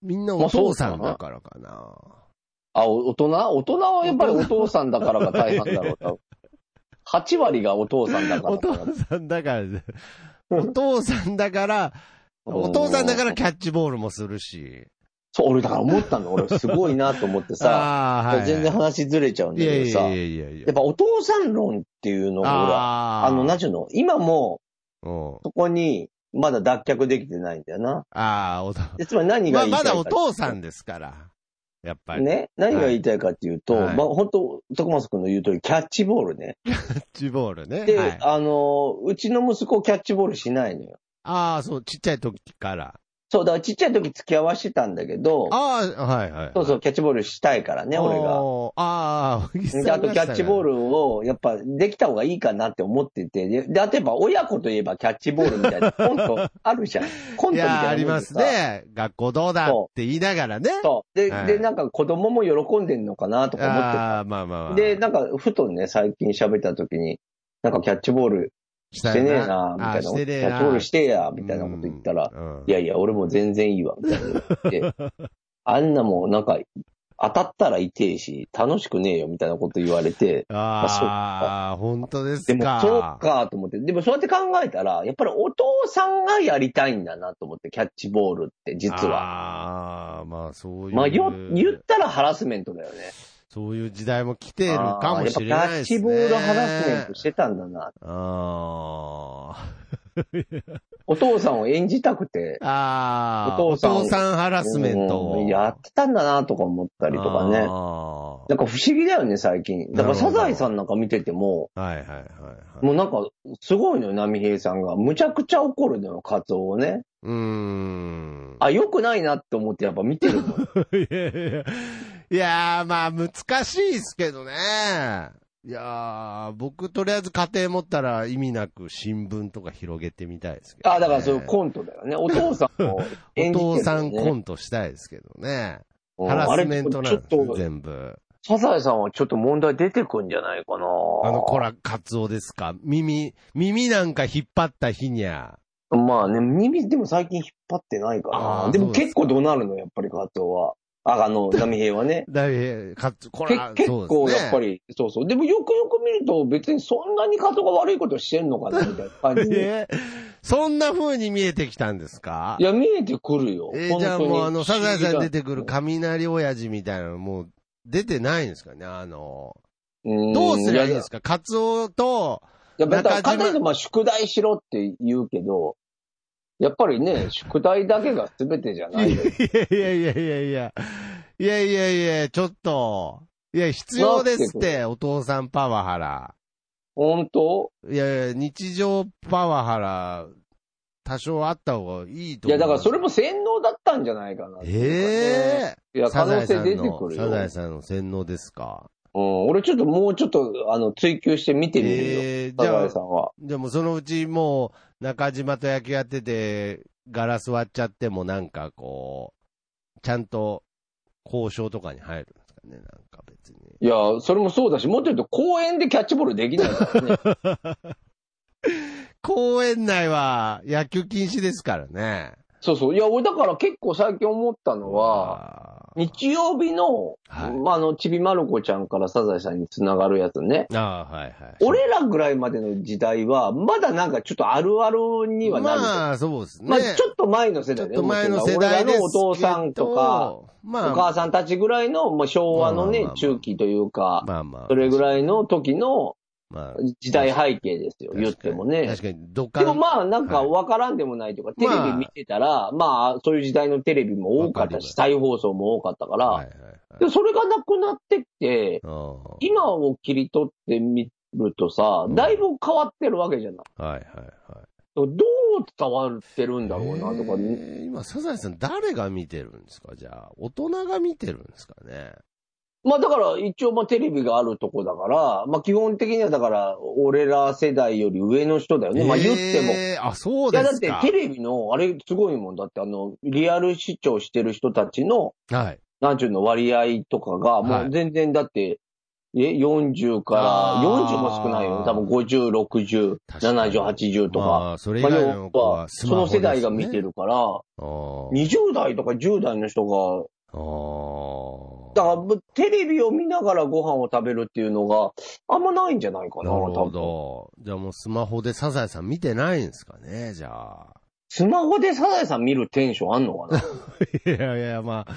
Speaker 2: みんな
Speaker 1: ま
Speaker 2: お
Speaker 1: あそう
Speaker 2: 父さんだからかな。
Speaker 1: あ、お大人大人はやっぱりお父さんだからが大半だろう、多
Speaker 2: *laughs*
Speaker 1: 分。8割がお父さんだか
Speaker 2: お
Speaker 1: らだな。
Speaker 2: 父さんだから、お父さんだから、お父さんだからキャッチボールもするし。
Speaker 1: そう、俺だから思ったの。俺すごいなと思ってさ。
Speaker 2: *laughs* あーはい
Speaker 1: 全然話ずれちゃうん
Speaker 2: い
Speaker 1: だ
Speaker 2: や
Speaker 1: けど
Speaker 2: い
Speaker 1: さ。
Speaker 2: やいやいやいや。
Speaker 1: やっぱお父さん論っていうのが俺は、
Speaker 2: あ
Speaker 1: あの、なん
Speaker 2: ち
Speaker 1: ちゅうの、今も
Speaker 2: うん。
Speaker 1: そこにまだ脱却できてないんだよな。
Speaker 2: ああ、お父さん。
Speaker 1: でつまり何が
Speaker 2: まあ、
Speaker 1: 言いた
Speaker 2: ま
Speaker 1: いか
Speaker 2: だお父さんですから。やっぱり。。
Speaker 1: ね、何が言いたいかっていうと、
Speaker 2: はい
Speaker 1: まあ本当徳松君の言う通り、キャッチボールね。
Speaker 2: キャッチボールね。
Speaker 1: で、
Speaker 2: はい、
Speaker 1: あの、うちの息子キャッチボールしないのよ。
Speaker 2: ああ、そう、ちっちゃい時から。
Speaker 1: そう、だからちっちゃい時付き合わしてたんだけど、
Speaker 2: ああ、はいはい。
Speaker 1: そうそう、キャッチボールしたいからね、俺が。
Speaker 2: おー。ああ、小木さん
Speaker 1: で、あとキャッチボー
Speaker 2: ル。
Speaker 1: ルを、やっぱ、できた方がいいかなって思ってて、で、であとやっぱ親子といえばキャッチボールみたいな、コントあるじ
Speaker 2: *laughs*
Speaker 1: ゃん。コントみ
Speaker 2: い
Speaker 1: たいなもんでさ
Speaker 2: や、あります。ね。学校どうだって言いながらね。
Speaker 1: そう。で、
Speaker 2: はい
Speaker 1: で、なんか子供も喜んでんのかなとか思って
Speaker 2: ああ、まあまあまあ。
Speaker 1: で、、なんか、ふとね、最近喋った時に、なんかキャッチボール
Speaker 2: し
Speaker 1: してねえな、みたいな。
Speaker 2: あしてね
Speaker 1: キ
Speaker 2: え
Speaker 1: ャッ
Speaker 2: な。
Speaker 1: チボールしてや、みたいなこと言ったら、
Speaker 2: うん、うん
Speaker 1: いやいや、俺も全然いいわ、みたいな言
Speaker 2: *laughs*
Speaker 1: って。あんなもん、なんか、当たったら痛えし、楽しくねえよ、みたいなこと言われて、あそう
Speaker 2: ああ、本当です
Speaker 1: で
Speaker 2: か。
Speaker 1: も、そうか、と思って。でも、そうやって考えたら、やっぱりお父さんがやりたいんだな、と思って、キャッチボールって、実は。
Speaker 2: ああ、まあそういう。
Speaker 1: まあ、よ、言ったらハラスメントだよね。
Speaker 2: そういう時代も来てるかもしれ
Speaker 1: あ
Speaker 2: な
Speaker 1: ーやっぱ
Speaker 2: い
Speaker 1: キャッ
Speaker 2: です
Speaker 1: チ
Speaker 2: ね。
Speaker 1: ボールハラスメントしてたんだな。
Speaker 2: あー
Speaker 1: お父さんを演じたくて、
Speaker 2: あー。
Speaker 1: お父さん
Speaker 2: おハラスメント
Speaker 1: う
Speaker 2: を。
Speaker 1: んやってたんだなとか思ったりとかね。
Speaker 2: あ
Speaker 1: なんか不思議だよね、最近。だから
Speaker 2: なるほ
Speaker 1: サ
Speaker 2: ど
Speaker 1: ザエさんなんか見てても、
Speaker 2: ーはいはいはいはい。
Speaker 1: もうなんか、すごいのよ、波平さんが。むちゃくちゃ怒るのよ、カツオをね。
Speaker 2: うーん。 *laughs*
Speaker 1: あ、良くないなって思ってやっぱ見てるの。
Speaker 2: いやいやいや。いやー、まあ難しいですけどね。いやー、僕とりあえず家庭持ったら意味なく新聞とか広げてみたいですけど、ね。
Speaker 1: あ、だからそういうコントだよね。お父さんを演
Speaker 2: *laughs* お
Speaker 1: じてる、ね。
Speaker 2: 父さんコ
Speaker 1: ン
Speaker 2: ントしたいですけどね。
Speaker 1: ト
Speaker 2: ハラスメントなん
Speaker 1: ち
Speaker 2: で
Speaker 1: ょ
Speaker 2: す
Speaker 1: っと、
Speaker 2: 全部。
Speaker 1: サザエさんはちょっと問題出てくんじゃないかな
Speaker 2: あの、こら、カツオですか。耳、耳なんか引っ張った日にゃ。
Speaker 1: まあね、耳でも最近引っ張ってないか
Speaker 2: あー
Speaker 1: ら。でも結構怒鳴るの、やっぱりカツオは。あ、あの、波平はね。
Speaker 2: だいカツオ、こ
Speaker 1: け
Speaker 2: ら、
Speaker 1: 結
Speaker 2: そうで
Speaker 1: 構
Speaker 2: すね
Speaker 1: やっぱ。り、そうそう。でもよくよく見ると別にそんなにカツオが悪いことしてんのかなみたいな感じで。
Speaker 2: *laughs* えそんな風に見えてきたんですか
Speaker 1: いや、見えてくるよ。
Speaker 2: えー
Speaker 1: 本
Speaker 2: じゃあ
Speaker 1: 当に
Speaker 2: もうあの、サザエさんに出てくる雷親父みたいなのもう出てないんですかねあの、どうすりゃいいんです
Speaker 1: か
Speaker 2: かカツオと、
Speaker 1: やっぱりだから、
Speaker 2: 中島
Speaker 1: かといってまあ宿題しろって言うけど、やっぱり
Speaker 2: *laughs*
Speaker 1: ね、宿題だけが全てじゃ
Speaker 2: い
Speaker 1: な
Speaker 2: や
Speaker 1: い
Speaker 2: い
Speaker 1: よ。
Speaker 2: やいやいやいや、いやいやいや、ちょっと、いや、必要ですって、お父さんパワハラ。
Speaker 1: 本当
Speaker 2: いやいや、日常パワハラ、多少あった方がいいと
Speaker 1: い
Speaker 2: 思
Speaker 1: や、
Speaker 2: う。
Speaker 1: だからそれも洗脳だったんじゃないかなっていうかね、
Speaker 2: ええ
Speaker 1: いや、可
Speaker 2: サザ
Speaker 1: 能
Speaker 2: エ
Speaker 1: 性
Speaker 2: さん
Speaker 1: 出てく
Speaker 2: の、
Speaker 1: る
Speaker 2: サザエ
Speaker 1: よ。
Speaker 2: さんの洗脳ですか。
Speaker 1: うん、俺ちょっともうちょっと、あの、追求して見てみるよ。
Speaker 2: えーじゃ
Speaker 1: 高
Speaker 2: あ
Speaker 1: 橋さ、んは。
Speaker 2: でもそのうちもう、中島と野球やってて、ガラス割っちゃってもなんかこう、ちゃんと交渉とかに入るんですかね、なんか別に。
Speaker 1: いや、それもそうだし、もっと言うと公園でキャッチボールできないからね。
Speaker 2: 公園内は野球禁止ですからね。
Speaker 1: そうそう。いや、俺だから結構最近思ったのは、
Speaker 2: あー
Speaker 1: 日曜日の、
Speaker 2: はい
Speaker 1: まあ、あの、ちびまる子ちゃんからサザエさんにつながるやつね。
Speaker 2: あー、はいはい。
Speaker 1: 俺らぐらいまでの時代は、まだなんかちょっとあるあるにはなる。まあ、
Speaker 2: まあ、そうですね。
Speaker 1: ちょっと前の世
Speaker 2: ちょ
Speaker 1: 代
Speaker 2: っ
Speaker 1: ね。
Speaker 2: と前の世
Speaker 1: 俺ら
Speaker 2: 代ですけど
Speaker 1: のお父さんとか、、お
Speaker 2: まあ、
Speaker 1: 母さんたちぐらいの、もう昭和の
Speaker 2: まあまあまあ
Speaker 1: ね
Speaker 2: まあ、
Speaker 1: 中期というか、
Speaker 2: まあまあ。
Speaker 1: それぐら
Speaker 2: い、
Speaker 1: いの時の
Speaker 2: まあ、
Speaker 1: 時代背景ですよ、言ってもね
Speaker 2: 確。かに、どか
Speaker 1: でもまあなんか
Speaker 2: はい
Speaker 1: わからんでもないというか、
Speaker 2: まあ
Speaker 1: テレビ見てたら、まあそういう時代のテレビも多かったし、
Speaker 2: わか
Speaker 1: 再放送も多かったから、
Speaker 2: はいはいはい
Speaker 1: でそれがなくなってきて、
Speaker 2: うん
Speaker 1: 今を切り取ってみるとさ、だいぶ変わってるわけじゃない。
Speaker 2: はいはいはい。
Speaker 1: どう伝わってるんだろうなとか、
Speaker 2: えー今、サザエさん誰が見てるんですかじゃあ、大人が見てるんですかね。
Speaker 1: まあだから一応まあテレビがあるとこだから、まあ基本的にはだから俺ら世代より上の人だよね。まあ言っても。
Speaker 2: えー。あ、そう
Speaker 1: い
Speaker 2: で
Speaker 1: やだっ
Speaker 2: すか。
Speaker 1: てテレビの、あれすごいもんだってあの、リアル視聴してる人たちの、
Speaker 2: はい。
Speaker 1: なんちゅうの割合とかが、
Speaker 2: はい
Speaker 1: もう全然だって、え、40から、
Speaker 2: あー
Speaker 1: 40も少ないよ。多分50、60、
Speaker 2: 確かに
Speaker 1: 70、80とか。
Speaker 2: まあ、それ以
Speaker 1: まあ、
Speaker 2: 外
Speaker 1: 要
Speaker 2: の子
Speaker 1: は
Speaker 2: は、ス
Speaker 1: そ
Speaker 2: マホ
Speaker 1: の
Speaker 2: です、ね、
Speaker 1: 世代が見てるから、
Speaker 2: あー。
Speaker 1: 20代とか10代の人が、
Speaker 2: あー
Speaker 1: だからもうテレビを見ながらご飯を食べるっていうのがあんまないんじゃないかな、
Speaker 2: なる
Speaker 1: 多
Speaker 2: ほ
Speaker 1: 分。
Speaker 2: ど。じゃあもうスマホでサザエさん見てないんですかね、じゃあ。
Speaker 1: スマホでサザエさん見るテンションあんのかない
Speaker 2: いやいや、まあ。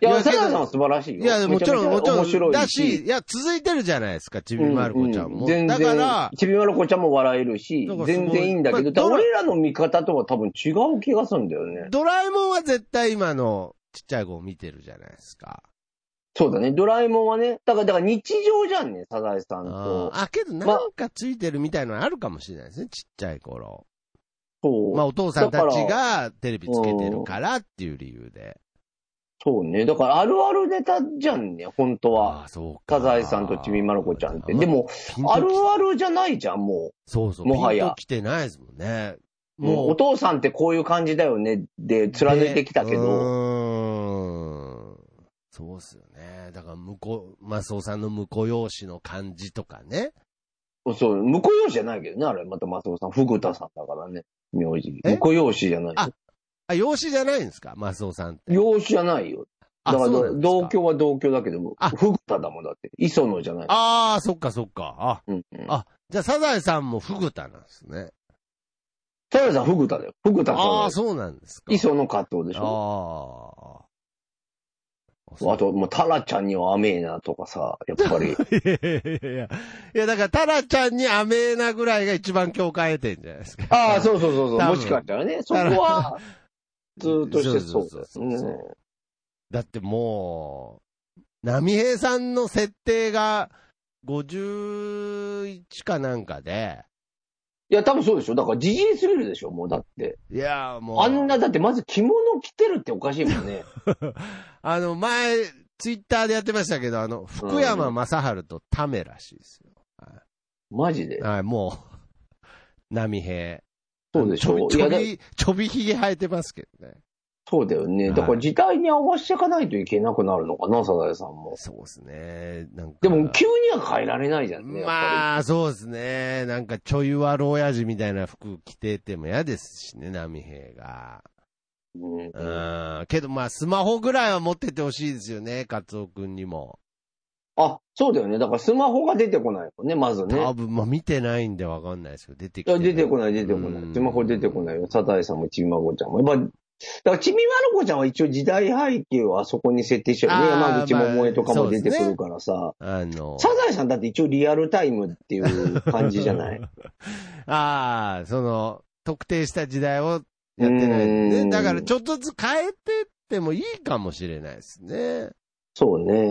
Speaker 1: や、
Speaker 2: いや
Speaker 1: サザエさんは素晴らしいよ。
Speaker 2: いや、もちろん、も
Speaker 1: め
Speaker 2: ち
Speaker 1: ゃめゃ面
Speaker 2: ろ
Speaker 1: 白
Speaker 2: ん。
Speaker 1: い
Speaker 2: だし、、いや、続いてるじゃないですか、ちびまる子ちゃん
Speaker 1: う
Speaker 2: も。
Speaker 1: 全
Speaker 2: だ
Speaker 1: 然
Speaker 2: から、
Speaker 1: ちびまる子ちゃんも笑えるし
Speaker 2: だから、すごい
Speaker 1: 全然いいんだけど、
Speaker 2: まあ
Speaker 1: ただ俺らの見方とは多分違う気がするんだよね。
Speaker 2: ドラえもんは絶対今のちっちゃい子を見てるじゃないですか。
Speaker 1: そうだね。ドラえもんはね、だから、だから日常じゃんね、サザエさん
Speaker 2: あ
Speaker 1: と。
Speaker 2: ーあ、けどなんかついてるみたいのあるかもしれないですね、ちっちゃい頃。
Speaker 1: そう。
Speaker 2: まあお父さんたちがテレビつけてるからっていう理由で。
Speaker 1: そうね。だから、あるあるネタじゃんね、本当
Speaker 2: あ
Speaker 1: は。
Speaker 2: あ、そうか。
Speaker 1: サザエさんとちびまる子ちゃんって。
Speaker 2: ま
Speaker 1: で、も、
Speaker 2: ピンとき
Speaker 1: あるあるじゃないじゃん、も
Speaker 2: そうそう、
Speaker 1: もはや
Speaker 2: ピンと来てないですもんね。
Speaker 1: う。もう、お父さんってこういう感じだよね、で、貫いてきたけ
Speaker 2: でう
Speaker 1: ど。
Speaker 2: ーん。そうっすよね。だから、向こう、マスオさんの婿養子の感じとかね。
Speaker 1: そう、婿養子じゃないけどね、あれ。また松尾さん、福田さんだからね、名字。
Speaker 2: え
Speaker 1: 婿養子じゃない
Speaker 2: あ。あ、養子じゃないんですかマスオさんって。
Speaker 1: 養子じゃないよ。
Speaker 2: あ
Speaker 1: だから、
Speaker 2: そうなんです
Speaker 1: 同居は同居だけども
Speaker 2: あ、
Speaker 1: 福田だもんだって。磯野じゃない。
Speaker 2: ああ、そっかそっか。あ、
Speaker 1: うんうん
Speaker 2: あじゃあ、サザエさんもフグタなんですね。
Speaker 1: サザエさん、福田だよ。福田
Speaker 2: あ
Speaker 1: さ
Speaker 2: あ、
Speaker 1: ん。
Speaker 2: そうなんですか。
Speaker 1: 磯野加藤でしょ。
Speaker 2: ああ。
Speaker 1: あと、もう、タラちゃんには甘えなとかさ、やっぱり。
Speaker 2: *laughs* いやいやいやいや。いや、だから、タラちゃんにアメーナぐらいが一番境界得てんじゃないですか。
Speaker 1: ああ、そうそうそうそう。
Speaker 2: 多分
Speaker 1: もしかしたらね、そこは、ずーっとしてそうです
Speaker 2: そうそう
Speaker 1: ね
Speaker 2: そう。だってもう、波平さんの設定が51かなんかで、
Speaker 1: いや、多分そうでしょ。だから、じじいすぎるでしょ、もう、だって。
Speaker 2: いや、もう、
Speaker 1: あんな、だって、まず着物着てるっておかしいもんね。
Speaker 2: *laughs* あの、前、ツイッターでやってましたけど、あの、福山雅治とタメらしいですよ。
Speaker 1: マジで。
Speaker 2: はい、もう、波平。
Speaker 1: そうでしょ。
Speaker 2: ち
Speaker 1: い
Speaker 2: ょ
Speaker 1: や、
Speaker 2: び、
Speaker 1: だ
Speaker 2: ちょび、ちょびひげ生えてますけどね。
Speaker 1: そうだよね。
Speaker 2: はい
Speaker 1: だから、時代に合わせていかないといけなくなるのかな、サザエさんも。
Speaker 2: そうですね。なんか。
Speaker 1: でも、急には変えられないじゃんね、やっぱ
Speaker 2: まあ、そうですね。なんか、ちょい悪親父みたいな服着てても嫌ですしね、波平が。
Speaker 1: り。うん
Speaker 2: うん。けど、まあ、スマホぐらいは持っててほしいですよね、カツオくんにも。
Speaker 1: あ、そうだよね。だから、スマホが出てこないもんね、まずね。
Speaker 2: 多分、まあ、見てないんでわかんないですけど、出てき
Speaker 1: いや、出てこない、出てこ
Speaker 2: う
Speaker 1: なんい。スマホ出てこないよ。サザエさんもちびまる子ちゃんも。まあ、だからちびまる子ちゃんは一応時代背景をあそこに設定してるよね。
Speaker 2: あー
Speaker 1: 山口百恵とか
Speaker 2: まあ
Speaker 1: も出てくるからさ。
Speaker 2: あの、
Speaker 1: サザエさんだって一応リアルタイムっていう感じじゃない
Speaker 2: *laughs* ああ、その、特定した時代をやってないんで
Speaker 1: う
Speaker 2: ね。
Speaker 1: ん
Speaker 2: だから、ちょっとずつ変えてってもいいかもしれないですね。
Speaker 1: そうね。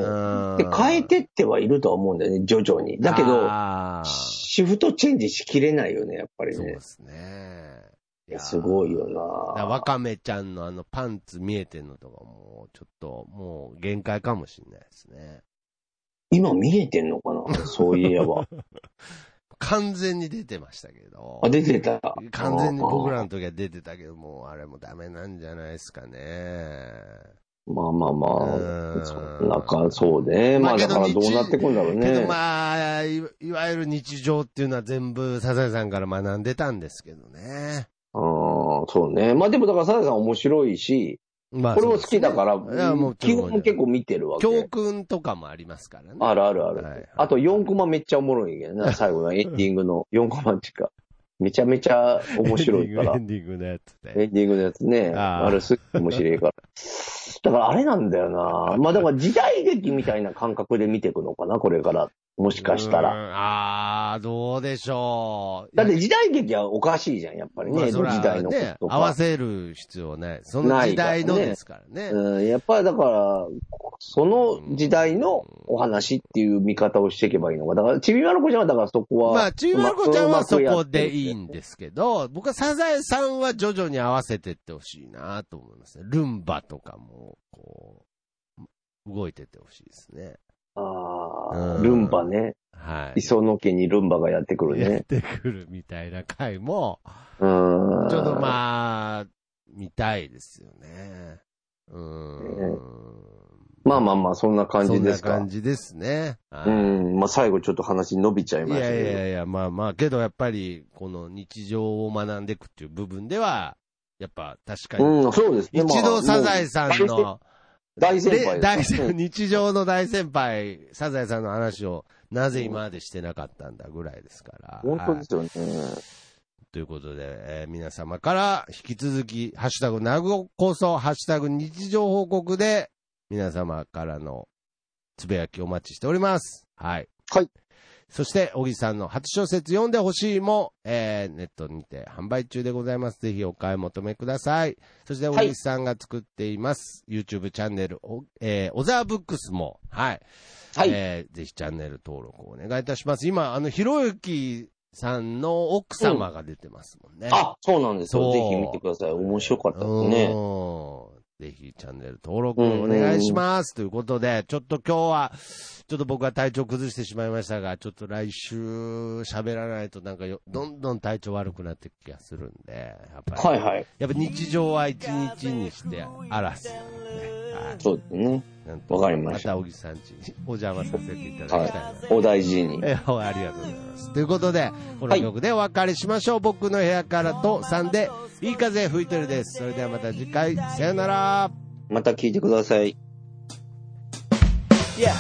Speaker 1: で
Speaker 2: で、
Speaker 1: 変えてってはいるとは思うんだよね、徐々に。だけど、
Speaker 2: あー
Speaker 1: シフトチェンジしきれないよね、やっぱり
Speaker 2: そう
Speaker 1: ね
Speaker 2: で。すね。
Speaker 1: いやすごいよ
Speaker 2: だから
Speaker 1: な
Speaker 2: わかめちゃんのあのパンツ見えてんのとかも、ちょっともう限界かもしれないですね。
Speaker 1: 今見えてんのかなそういえば。
Speaker 2: 完全に出てましたけど。
Speaker 1: あ、出てた。
Speaker 2: 完全に僕らの時は出てたけど、もうあれもダメなんじゃないですかね。
Speaker 1: まあまあま
Speaker 2: う
Speaker 1: あ、
Speaker 2: ん
Speaker 1: そなんかそうね。まあだからどうなってくんだろう
Speaker 2: け
Speaker 1: ね
Speaker 2: ど。まあい、いわゆる日常っていうのは全部サザエさんから学んでたんですけどね。
Speaker 1: うん、そうね。まあでもだからサザエさん面白いし、
Speaker 2: まあ、
Speaker 1: これも好きだか
Speaker 2: そうですねい
Speaker 1: ら、
Speaker 2: やもう
Speaker 1: 基本結構見てるわけ。
Speaker 2: 教訓とかもありますからね。
Speaker 1: あるあるある。
Speaker 2: はいはい
Speaker 1: あと4コマめっちゃおもろいんやけ
Speaker 2: *laughs*
Speaker 1: どな、最後のエンディングの4コマっていうか、めちゃめちゃ面白いから
Speaker 2: *laughs* エ。ンディングエンディングのやつで。
Speaker 1: エンディングのやつね。
Speaker 2: あー
Speaker 1: あれすっごい面白いから。だからあれなんだよな。まあだから時代劇みたいな感覚で見ていくのかな、これから。もしかしたら。
Speaker 2: うん。ああ、どうでしょう。
Speaker 1: だって時代劇はおかしいじゃん、やっぱり
Speaker 2: まあ
Speaker 1: ね。江
Speaker 2: そ
Speaker 1: 戸
Speaker 2: ら
Speaker 1: 時代のこ
Speaker 2: ね
Speaker 1: とと
Speaker 2: 合わ
Speaker 1: か。
Speaker 2: せる必要ない。その時代のですからね。
Speaker 1: うん、やっぱりだから、その時代のお話っていう見方をしていけばいいのか。だから、ちびまる子ちゃんはだからそこは。
Speaker 2: まあ、ちびまる子ちゃんはそこでいい
Speaker 1: だ
Speaker 2: んですけど、僕はサザエさんは徐々に合わせてってほしいなと思いますね。ルンバとかも、こう、動いててほしいですね。
Speaker 1: あ
Speaker 2: う
Speaker 1: あ、
Speaker 2: ん
Speaker 1: ルンバね。
Speaker 2: はい。
Speaker 1: 磯野家にルンバがやってくる
Speaker 2: やっ *laughs*
Speaker 1: ね。
Speaker 2: てくるみたいな回も、
Speaker 1: うん。
Speaker 2: ちょっとまあ、見たいですよね。うーん。
Speaker 1: まあまあまあ、そんな感じです
Speaker 2: そんな
Speaker 1: か
Speaker 2: 感。じですね。は
Speaker 1: う
Speaker 2: い
Speaker 1: ん。まあ最後ちょっと話伸びちゃい
Speaker 2: い
Speaker 1: ました
Speaker 2: や
Speaker 1: けど。
Speaker 2: いやいや、まあまあ、けどやっぱり、この日常を学んでいくっていう部分では、やっぱ確かに、
Speaker 1: うん、そうですね。
Speaker 2: 一
Speaker 1: ま
Speaker 2: 度
Speaker 1: あ
Speaker 2: サザエさん。
Speaker 1: もう
Speaker 2: の、
Speaker 1: 大先
Speaker 2: で
Speaker 1: 輩
Speaker 2: 大
Speaker 1: です
Speaker 2: 先日常の大先輩、サザエさんの話を、なぜ今までしてなかったんだぐらいですから。
Speaker 1: 本当
Speaker 2: は
Speaker 1: で
Speaker 2: い
Speaker 1: すよね。
Speaker 2: ということで、えー皆様から引き続き、ハッシュタグ、なごこそ、ハッシュタグ日常報告で、皆様からのつぶやきお待ちしております。はい。
Speaker 1: はい。
Speaker 2: そして、小木さんの初小説読んでほしいも、えーネットにて販売中でございます。ぜひお買い求めください。そして、小
Speaker 1: はい
Speaker 2: 木さんが作っています、YouTube チャンネル、おえー、小沢ブックスも、はい。
Speaker 1: はい
Speaker 2: えーぜひチャンネル登録をお願いいたします。今、あの、ひろゆきさんの奥様が出てますもんね。
Speaker 1: あ、そうなんです
Speaker 2: そう
Speaker 1: よ。ぜひ見てください。面白かったですね。
Speaker 2: うんぜひチャンネル登録お願いします。ということで、ちょっと今日は、ちょっと僕は体調崩してしまいましたが、ちょっと来週喋らないとなんかよ、どんどん体調悪くなっていく気がするんで、やっぱり、
Speaker 1: はいはい。
Speaker 2: やっぱ日常は一日にして嵐なので、はい
Speaker 1: そうですね。
Speaker 2: なんと
Speaker 1: わかりました
Speaker 2: また小木さんちにお邪魔させていただきたいなと
Speaker 1: はい。お大事に。
Speaker 2: えー *laughs* ありがとうございます。ということで、この曲でお別れしましょう。僕の部屋からと3で、いい風吹いてるです。それではまた次回、さよなら。
Speaker 1: また聞いてください。
Speaker 3: Yeah.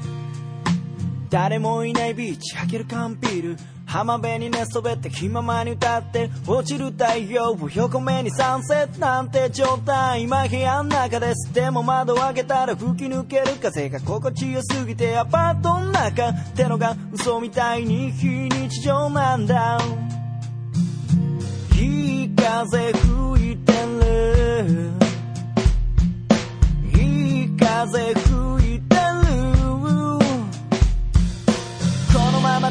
Speaker 3: 「誰もいないビーチ開ける缶ビール」「浜辺に寝そべって気ままに歌って」「落ちる太陽を横目にサンセットなんて状態」「今部屋の中です」「でも窓を開けたら吹き抜ける風が心地よすぎて」「アパートの中ってのが嘘みたいに非日常なんだ」「いい風吹いてる」「いい風吹いてる」このまま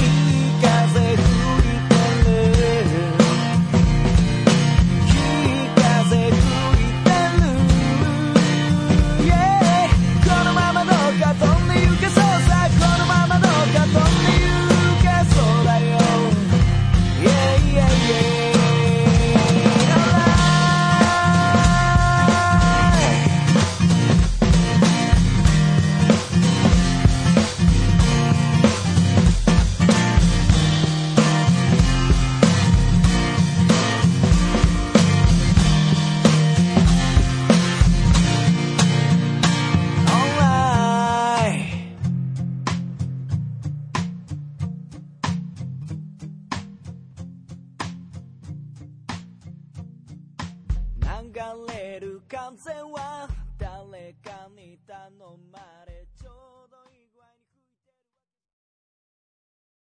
Speaker 3: いい風吹いてるいい風吹いてる Yeah このままどうか飛んで行けそうさこのままどうか飛んで行けそうだよ Yeah, yeah, yeah. Alright. れる完全は誰かに頼まれ